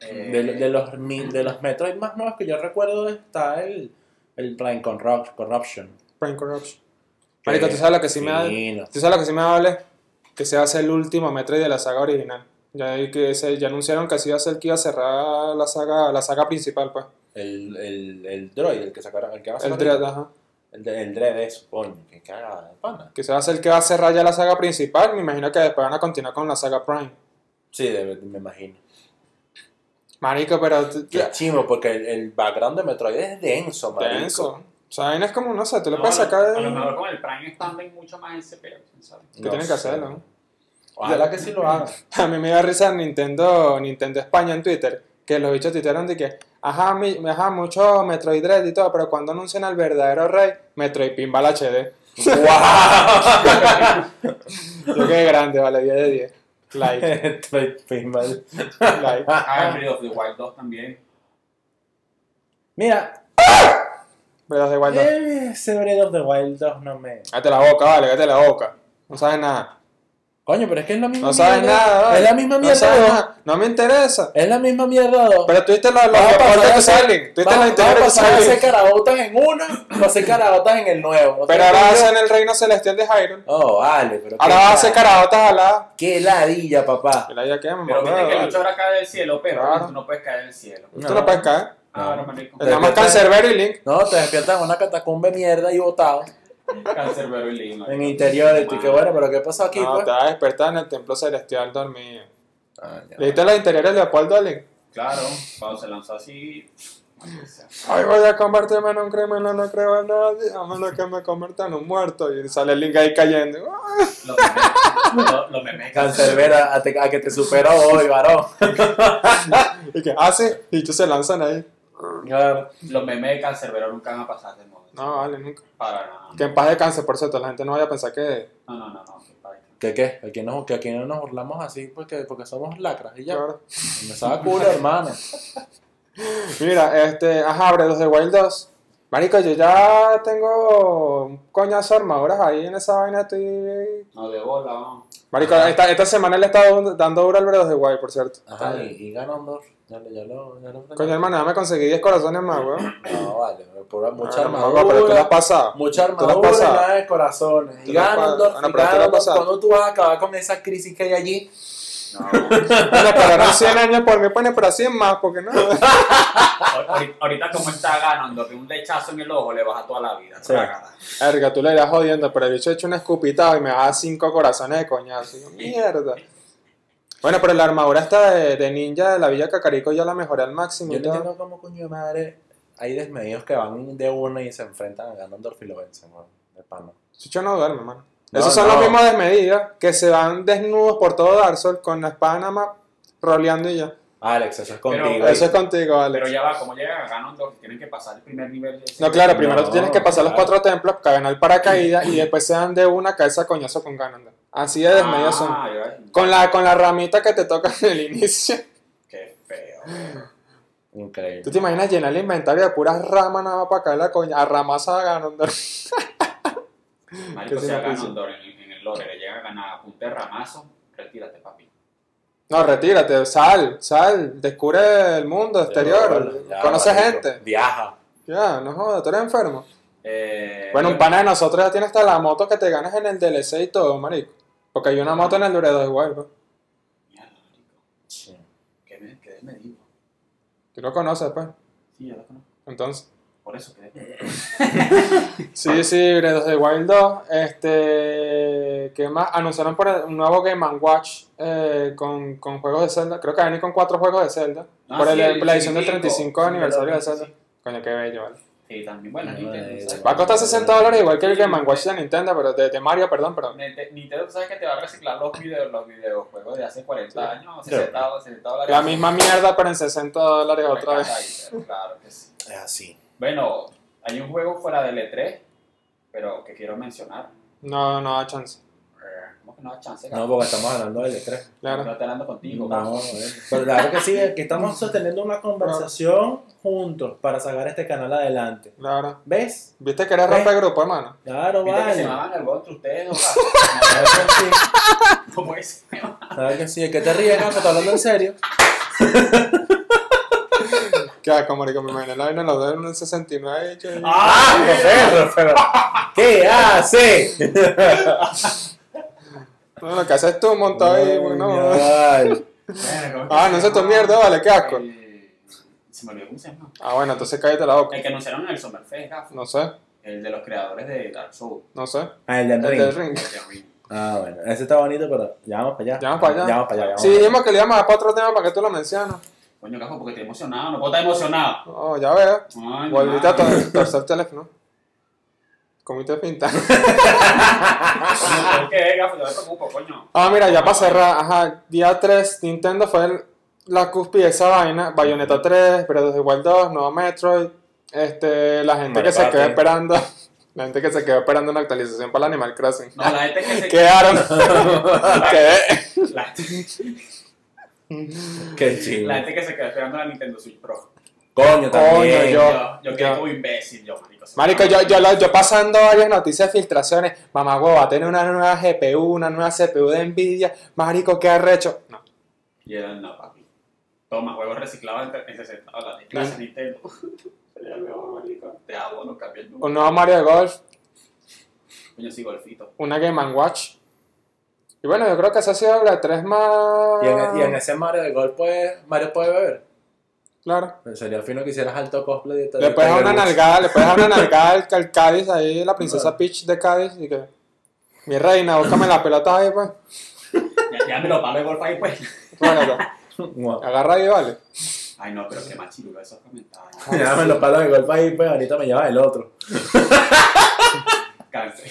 [SPEAKER 2] Eh,
[SPEAKER 3] De, de los, mi- de los Metroid más nuevos que yo recuerdo está el, el Prime Corrup- Corruption.
[SPEAKER 1] Prime Corruption. Marico, ¿tú sabes lo que sí me da?
[SPEAKER 3] Fino.
[SPEAKER 1] ¿Tú sabes lo que sí me vale? Que se hace el último Metroid de la saga original. Ya, hay que se, ya anunciaron que así iba a ser el que iba a cerrar la saga, la saga principal, pues.
[SPEAKER 3] El, el, el droid, el que sacaron, el que va a
[SPEAKER 1] El
[SPEAKER 3] sacar ahorita.
[SPEAKER 1] thread, ajá.
[SPEAKER 3] El, de- el dread es, coño, qué cagada de pana.
[SPEAKER 1] Que se va a ser el que va a cerrar ya la saga principal. Me imagino que después van a continuar con la saga Prime.
[SPEAKER 3] Sí, de- me imagino.
[SPEAKER 1] Marico, pero. t-
[SPEAKER 3] Qué chimo, porque el, el background de Metroid es denso, marico.
[SPEAKER 1] Denso. O sea, ahí no es como, no sé, tú lo
[SPEAKER 2] no,
[SPEAKER 1] puedes
[SPEAKER 2] a lo-
[SPEAKER 1] sacar.
[SPEAKER 2] A lo
[SPEAKER 1] de-
[SPEAKER 2] mejor con el Prime Standing mucho más ese pedo, ¿quién sabe?
[SPEAKER 1] Que
[SPEAKER 3] No
[SPEAKER 1] tienen
[SPEAKER 3] sé.
[SPEAKER 1] que hacerlo. ¿no?
[SPEAKER 3] Ojalá que sí lo hagan.
[SPEAKER 1] A mí me dio risa Nintendo, Nintendo España en Twitter. Que los bichos tuitearon de que. Ajá, mi, ajá, mucho Metroid Dread y todo, pero cuando anuncian al verdadero rey, Metroid Pinball HD. Yo qué grande, vale, 10 de 10. Like,
[SPEAKER 3] Metroid Pinball.
[SPEAKER 1] like.
[SPEAKER 2] Ah, Breath of the Wild 2 también.
[SPEAKER 3] Mira,
[SPEAKER 1] Pero los de Wild Dog.
[SPEAKER 3] eh, ese Breath of the Wild 2 no me...
[SPEAKER 1] Cállate la boca, vale, cállate la boca. No sabes nada.
[SPEAKER 3] Coño, pero es que es la misma
[SPEAKER 1] No sabes
[SPEAKER 3] mierda.
[SPEAKER 1] nada, vale.
[SPEAKER 3] Es la misma
[SPEAKER 1] No
[SPEAKER 3] mierda
[SPEAKER 1] sabes
[SPEAKER 3] 2.
[SPEAKER 1] nada. No me interesa.
[SPEAKER 3] Es la misma mierda 2.
[SPEAKER 1] Pero tuviste los, los
[SPEAKER 3] Vamos a
[SPEAKER 1] reportes
[SPEAKER 3] pasar
[SPEAKER 1] que
[SPEAKER 3] a-
[SPEAKER 1] salen. Tuviste los
[SPEAKER 3] Vamos,
[SPEAKER 1] interiores que
[SPEAKER 3] vamos a hacer
[SPEAKER 1] salen.
[SPEAKER 3] carabotas en uno, vamos a hacer carabotas en el nuevo.
[SPEAKER 1] Pero ahora hacen el reino celestial de Hyrule.
[SPEAKER 3] Oh, vale, pero.
[SPEAKER 1] Ahora
[SPEAKER 3] qué
[SPEAKER 1] va a hacer
[SPEAKER 3] la-
[SPEAKER 1] carabotas aladas.
[SPEAKER 3] Qué ladilla, papá.
[SPEAKER 1] Que la ya quema,
[SPEAKER 2] Pero
[SPEAKER 1] mamá,
[SPEAKER 2] viste que el
[SPEAKER 1] vale.
[SPEAKER 2] luchador cae del cielo, pero
[SPEAKER 1] Claro.
[SPEAKER 2] tú no puedes caer del cielo.
[SPEAKER 1] Tú no puedes caer.
[SPEAKER 2] Ah,
[SPEAKER 3] No.
[SPEAKER 2] no, marico.
[SPEAKER 3] Te
[SPEAKER 1] Nada más
[SPEAKER 3] despiertas-
[SPEAKER 1] Cancerbero y Link.
[SPEAKER 3] No, te despiertas en una catacumba de mierda y botado
[SPEAKER 2] Cancerbero y Lima.
[SPEAKER 3] en interiores. Y que bueno, pero ¿qué pasó aquí,
[SPEAKER 1] No,
[SPEAKER 3] pues?
[SPEAKER 1] te vas a despertar en el templo celestial dormido.
[SPEAKER 3] Ah, ya.
[SPEAKER 1] ¿Le diste los interiores de Leopoldo a Link?
[SPEAKER 2] Claro, cuando se lanzó así.
[SPEAKER 1] Ay, voy a convertirme en un crimen, no, no creo en nadie. A menos que me convierta en un muerto. Y sale Link ahí cayendo.
[SPEAKER 2] Los memes, lo- los memes de
[SPEAKER 3] Cancerbera, a, te- a que te supero hoy, varón.
[SPEAKER 1] Y que, ah, sí. Y ellos se lanzan ahí.
[SPEAKER 3] Claro.
[SPEAKER 2] Los memes de Cancerbero nunca van a pasar de moda.
[SPEAKER 1] No, vale, nunca.
[SPEAKER 2] Para nada.
[SPEAKER 1] Que en paz descanse, por cierto. La gente no vaya a pensar que.
[SPEAKER 2] No, no, no, no. que para qué.
[SPEAKER 3] ¿Qué qué? Aquí no, que aquí no nos burlamos así porque, porque somos lacras y ya.
[SPEAKER 1] Claro.
[SPEAKER 3] Me sabe culo, hermano.
[SPEAKER 1] Mira, este. Ajá, abre los de Wild 2. Marico, yo ya tengo un coñazo de armaduras ahí en esa vaina. Estoy
[SPEAKER 2] No, de bola, vamos.
[SPEAKER 1] Marico, esta, esta semana le he estado dando duro al Bredos de Guay, por cierto.
[SPEAKER 3] Ajá, y, y ganan dos. Ya, lo- ya lo. Ya lo
[SPEAKER 1] Coño, hermano, ya me conseguí 10 corazones más, weón.
[SPEAKER 3] No, vale, pura- mucha
[SPEAKER 1] Ah, no, Pero tú lo has
[SPEAKER 3] armadura.
[SPEAKER 1] pasado.
[SPEAKER 3] Mucha
[SPEAKER 1] Tú lo has
[SPEAKER 3] armadura y
[SPEAKER 1] pasado.
[SPEAKER 3] nada de corazones.
[SPEAKER 1] Tú
[SPEAKER 3] Y
[SPEAKER 1] lo has
[SPEAKER 3] Ganondorf,
[SPEAKER 1] pasado. Ah, no, pero
[SPEAKER 3] y
[SPEAKER 1] tú lo has
[SPEAKER 3] Ganondorf,
[SPEAKER 1] pasado.
[SPEAKER 3] ¿cuándo tú vas a acabar con esa crisis que hay allí?
[SPEAKER 2] No.
[SPEAKER 1] Me esperaron 100 años por mí, pues, pone para 100 más, porque no.
[SPEAKER 2] Ahorita- Ahorita, como está ganando, que un lechazo en el ojo le baja toda la vida.
[SPEAKER 3] Sí.
[SPEAKER 2] trágala.
[SPEAKER 1] Erga, tú le irás jodiendo, pero el bicho ha hecho un escupitado y me da 5 corazones de coñazo. Y yo, Mierda. Bueno, pero la armadura esta de, de ninja de la Villa Cacarico ya la mejoré al máximo.
[SPEAKER 3] Yo
[SPEAKER 1] y
[SPEAKER 3] no
[SPEAKER 1] todo.
[SPEAKER 3] entiendo cómo coño de madre hay desmedidos que van de una y se enfrentan a Ganondorf y lo vencen, weón. De pana.
[SPEAKER 1] Chicho no duerme, mano.
[SPEAKER 3] No,
[SPEAKER 1] Esos son
[SPEAKER 3] no.
[SPEAKER 1] los mismos desmedidos que se van desnudos por todo Dark Souls con la espada nada más roleando y ya.
[SPEAKER 3] Alex, eso es
[SPEAKER 2] Pero-
[SPEAKER 3] contigo.
[SPEAKER 1] Eso es contigo, Alex.
[SPEAKER 2] Pero ya va, como llegan a Ganondorf y tienen que pasar el primer nivel. de-
[SPEAKER 1] No, claro,
[SPEAKER 3] No,
[SPEAKER 1] primero tú tienes que pasar los
[SPEAKER 3] claro.
[SPEAKER 1] cuatro templos, caer en el paracaídas y después se dan de una cabeza coñazo con Ganondorf. Así de desmedio son.
[SPEAKER 2] Ah, ya.
[SPEAKER 1] Con la, con la ramita que te toca en el inicio.
[SPEAKER 2] Qué feo. güey.
[SPEAKER 3] Increíble.
[SPEAKER 1] ¿Tú te imaginas llenar el inventario de puras ramas nada más para caer la coña? A ramas a Ganondorf.
[SPEAKER 2] Marico,
[SPEAKER 1] Qué
[SPEAKER 2] sea
[SPEAKER 1] sacrificio.
[SPEAKER 2] Ganondorf en, en el Lore le llegan a ganar a punta de ramazo, retírate, papi.
[SPEAKER 1] No, retírate, sal, sal, descubre el mundo exterior,
[SPEAKER 3] Ya,
[SPEAKER 1] conoce
[SPEAKER 3] marico,
[SPEAKER 1] gente.
[SPEAKER 3] Viaja.
[SPEAKER 1] Ya, no jodas, tú eres enfermo.
[SPEAKER 2] Eh,
[SPEAKER 1] Bueno, un pana de nosotros ya tiene hasta la moto que te ganas en el DLC y todo, marico. Porque hay una moto en el Dure 2 igual, pues.
[SPEAKER 2] Mierda, marico. ¿Qué, me, qué desmedido.
[SPEAKER 1] Tú lo conoces, pues.
[SPEAKER 2] Sí, yo lo conozco.
[SPEAKER 1] Entonces.
[SPEAKER 2] Por eso quedé.
[SPEAKER 1] Sí, sí, Breath of the Wild 2. Este. ¿Qué más? Anunciaron por el- un nuevo Game and Watch eh, con, con juegos de Zelda. Creo que van a venir con cuatro juegos de Zelda.
[SPEAKER 2] Ah,
[SPEAKER 1] por el-
[SPEAKER 2] sí, el
[SPEAKER 1] por la edición del
[SPEAKER 2] 35,
[SPEAKER 1] 35
[SPEAKER 2] sí,
[SPEAKER 1] aniversario de
[SPEAKER 2] verdad,
[SPEAKER 1] Zelda.
[SPEAKER 2] sí,
[SPEAKER 1] Coño, qué bello, vale.
[SPEAKER 2] Sí, también. Bueno,
[SPEAKER 3] No,
[SPEAKER 2] Nintendo.
[SPEAKER 3] eh,
[SPEAKER 2] ¿sabes?
[SPEAKER 1] Va a costar 60 dólares igual que el Game and Watch de Nintendo, pero de, de Mario, perdón, perdón.
[SPEAKER 2] Ninte- Nintendo, tú sabes que te va a reciclar los, video, los videojuegos de hace 40
[SPEAKER 1] Sí.
[SPEAKER 2] años, 60, 60 dólares.
[SPEAKER 1] La misma mierda, pero en 60 dólares
[SPEAKER 2] Me
[SPEAKER 1] otra vez.
[SPEAKER 2] encanta Inter, Claro que sí.
[SPEAKER 3] Es así.
[SPEAKER 2] Bueno, hay un juego fuera del E3, pero que quiero mencionar.
[SPEAKER 1] No, no da chance.
[SPEAKER 2] Eh, ¿Cómo que no da chance?
[SPEAKER 3] No,
[SPEAKER 2] No,
[SPEAKER 3] porque estamos hablando del E3.
[SPEAKER 1] Claro.
[SPEAKER 2] estoy hablando contigo.
[SPEAKER 3] No,
[SPEAKER 2] vamos.
[SPEAKER 3] bueno. pero la verdad que sí, es que estamos sosteniendo una conversación juntos para sacar este canal adelante.
[SPEAKER 1] Claro.
[SPEAKER 3] ¿Ves?
[SPEAKER 1] ¿Viste que eres romper grupo, hermano?
[SPEAKER 3] Claro,
[SPEAKER 2] ¿Viste que se
[SPEAKER 3] vale.
[SPEAKER 2] llamaban el gol entre ustedes? O
[SPEAKER 3] La
[SPEAKER 2] sea,
[SPEAKER 3] verdad que sí.
[SPEAKER 2] ¿Cómo es?
[SPEAKER 3] La verdad que sí, es que te ríes, Gato, está hablando en serio.
[SPEAKER 1] ¿Qué hago, ah, marico? Me imagino la vaina en los dedos en un 69. hecho, y-
[SPEAKER 3] ¡Ah! ¡Qué perro! Pero, ¿Qué hace?
[SPEAKER 1] No, lo que haces tú montado ahí, bueno.
[SPEAKER 3] Ay,
[SPEAKER 1] Ah, no sé tu mierda, vale, qué asco.
[SPEAKER 2] Eh, Se me olvidó cómo se llama.
[SPEAKER 1] Ah, bueno, entonces cállate la boca.
[SPEAKER 2] El que anunciaron en el Summerfest, gafo.
[SPEAKER 1] No sé,
[SPEAKER 2] El de los creadores de Dark Souls.
[SPEAKER 1] no sé.
[SPEAKER 3] Ah, el del
[SPEAKER 1] El del
[SPEAKER 3] ring.
[SPEAKER 1] ring.
[SPEAKER 2] el de Ring.
[SPEAKER 3] Ah, bueno, ese está bonito, pero ya vamos para allá.
[SPEAKER 1] Ya vamos para allá.
[SPEAKER 3] Ya vamos para allá.
[SPEAKER 1] Sí, dijimos que le íbamos a dar para otro tema para que tú lo mencionas.
[SPEAKER 2] Coño, Gajo, porque estoy emocionado. No puedo estar emocionado.
[SPEAKER 1] Oh, ya veo.
[SPEAKER 2] Ay,
[SPEAKER 1] Volviste
[SPEAKER 2] mi
[SPEAKER 1] a
[SPEAKER 2] madre.
[SPEAKER 1] tor- torcer el teléfono. Comiste pinta.
[SPEAKER 2] Coño, ¿por qué, Gafo? Yo me preocupo, coño.
[SPEAKER 1] Ah, mira, ya para cerrar. Ajá, día 3, Nintendo fue el- la cúspide de esa vaina. Bayonetta 3, Breath of the Wild 2, nuevo Metroid. Este, la gente que se
[SPEAKER 3] Mario
[SPEAKER 1] quedó
[SPEAKER 3] Party.
[SPEAKER 1] esperando. La gente que se quedó esperando una actualización para el Animal Crossing.
[SPEAKER 2] No, la gente que se
[SPEAKER 1] Quedaron. Quedé.
[SPEAKER 2] La gente,
[SPEAKER 3] Qué chido.
[SPEAKER 2] la gente que se quedó esperando la Nintendo Switch Pro.
[SPEAKER 3] Coño, también.
[SPEAKER 1] yo-
[SPEAKER 2] Yo, yo quedé
[SPEAKER 1] yo-
[SPEAKER 2] como imbécil, yo, marico.
[SPEAKER 1] Marico, yo, yo, lo- yo pasando varias noticias de filtraciones. Mamá hueva, tiene una nueva GPU, una nueva CPU de Nvidia. Marico, qué arrecho. No.
[SPEAKER 2] Y era, no, papi. Toma, juegos reciclados en, en 60 dólares. Gracias, Nintendo. Sería el mejor, marico. Te amo, no cambies nunca.
[SPEAKER 1] Un nuevo Mario Golf,
[SPEAKER 2] Coño, sí, golfito.
[SPEAKER 1] una Game and Watch. Y bueno, yo creo que esa ha sido la 3 más.
[SPEAKER 3] Y en, e, y en
[SPEAKER 1] Ah.
[SPEAKER 3] ese Mario de Gol, pues, Mario puede beber. Pues
[SPEAKER 1] Claro.
[SPEAKER 3] Sería fino que hicieras alto cosplay de todo.
[SPEAKER 1] Le puedes dar una nalgada, le puedes dar una nalgada al, al Cádiz ahí, la princesa Peach de Cádiz. Y que. Mi reina, búscame la pelota ahí, pues.
[SPEAKER 2] Ya, ya me lo paro de golf ahí, pues.
[SPEAKER 1] Bueno, pues, agarra ahí, vale.
[SPEAKER 2] Ay, no, pero qué más chirulo esos comentarios.
[SPEAKER 1] Ah,
[SPEAKER 3] Ya me los palos de golpe ahí, pues ahorita me llevas el otro.
[SPEAKER 2] Cáncer.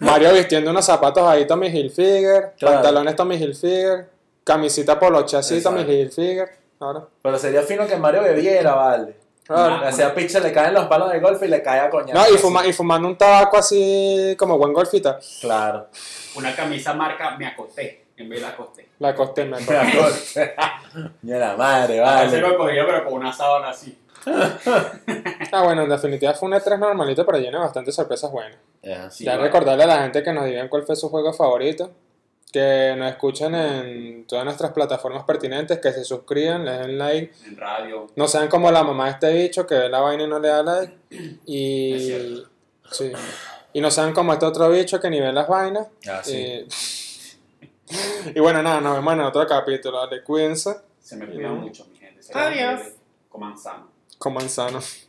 [SPEAKER 1] Mario vistiendo unos zapatos ahí Tommy Hilfiger,
[SPEAKER 3] Claro.
[SPEAKER 1] pantalones Tommy Hilfiger, camisita poloche así
[SPEAKER 3] Exacto.
[SPEAKER 1] Tommy Hilfiger. Ahora,
[SPEAKER 3] Pero sería fino que Mario bebiera, vale.
[SPEAKER 1] ahora.
[SPEAKER 3] O sea, Peach le caen los palos de golf y le cae a coñazo.
[SPEAKER 1] No, y,
[SPEAKER 3] así.
[SPEAKER 1] fuma- y fumando un tabaco así como buen golfita.
[SPEAKER 3] Claro.
[SPEAKER 2] Una camisa marca me acosté. En vez de la acosté.
[SPEAKER 1] La costé, me
[SPEAKER 3] Me
[SPEAKER 1] acordé.
[SPEAKER 3] acuerdo. Mira, madre,
[SPEAKER 2] Parece
[SPEAKER 3] vale.
[SPEAKER 2] lo cogía, pero con una sábana así.
[SPEAKER 1] Ah, bueno, en definitiva fue un E3 normalito, pero llena de bastantes sorpresas buenas.
[SPEAKER 3] Es así.
[SPEAKER 1] ya
[SPEAKER 2] vale.
[SPEAKER 1] recordarle a la gente que nos digan cuál fue su juego favorito, que nos escuchen en todas nuestras plataformas pertinentes, que se suscriban, les den like,
[SPEAKER 2] En radio.
[SPEAKER 1] no sean como la mamá de este bicho que ve la vaina y no le da like.
[SPEAKER 2] Es
[SPEAKER 1] Y.
[SPEAKER 2] cierto.
[SPEAKER 1] Sí. Y no sean como este otro bicho que ni ve las vainas.
[SPEAKER 2] Ah,
[SPEAKER 3] Así.
[SPEAKER 1] Eh, y bueno, nada, nos vemos en otro capítulo. Dale, cuídense.
[SPEAKER 2] Se me cuidan
[SPEAKER 1] No.
[SPEAKER 2] mucho, mi gente. Se les
[SPEAKER 4] Adiós.
[SPEAKER 2] quiere. Coman sano.
[SPEAKER 1] Coman sano.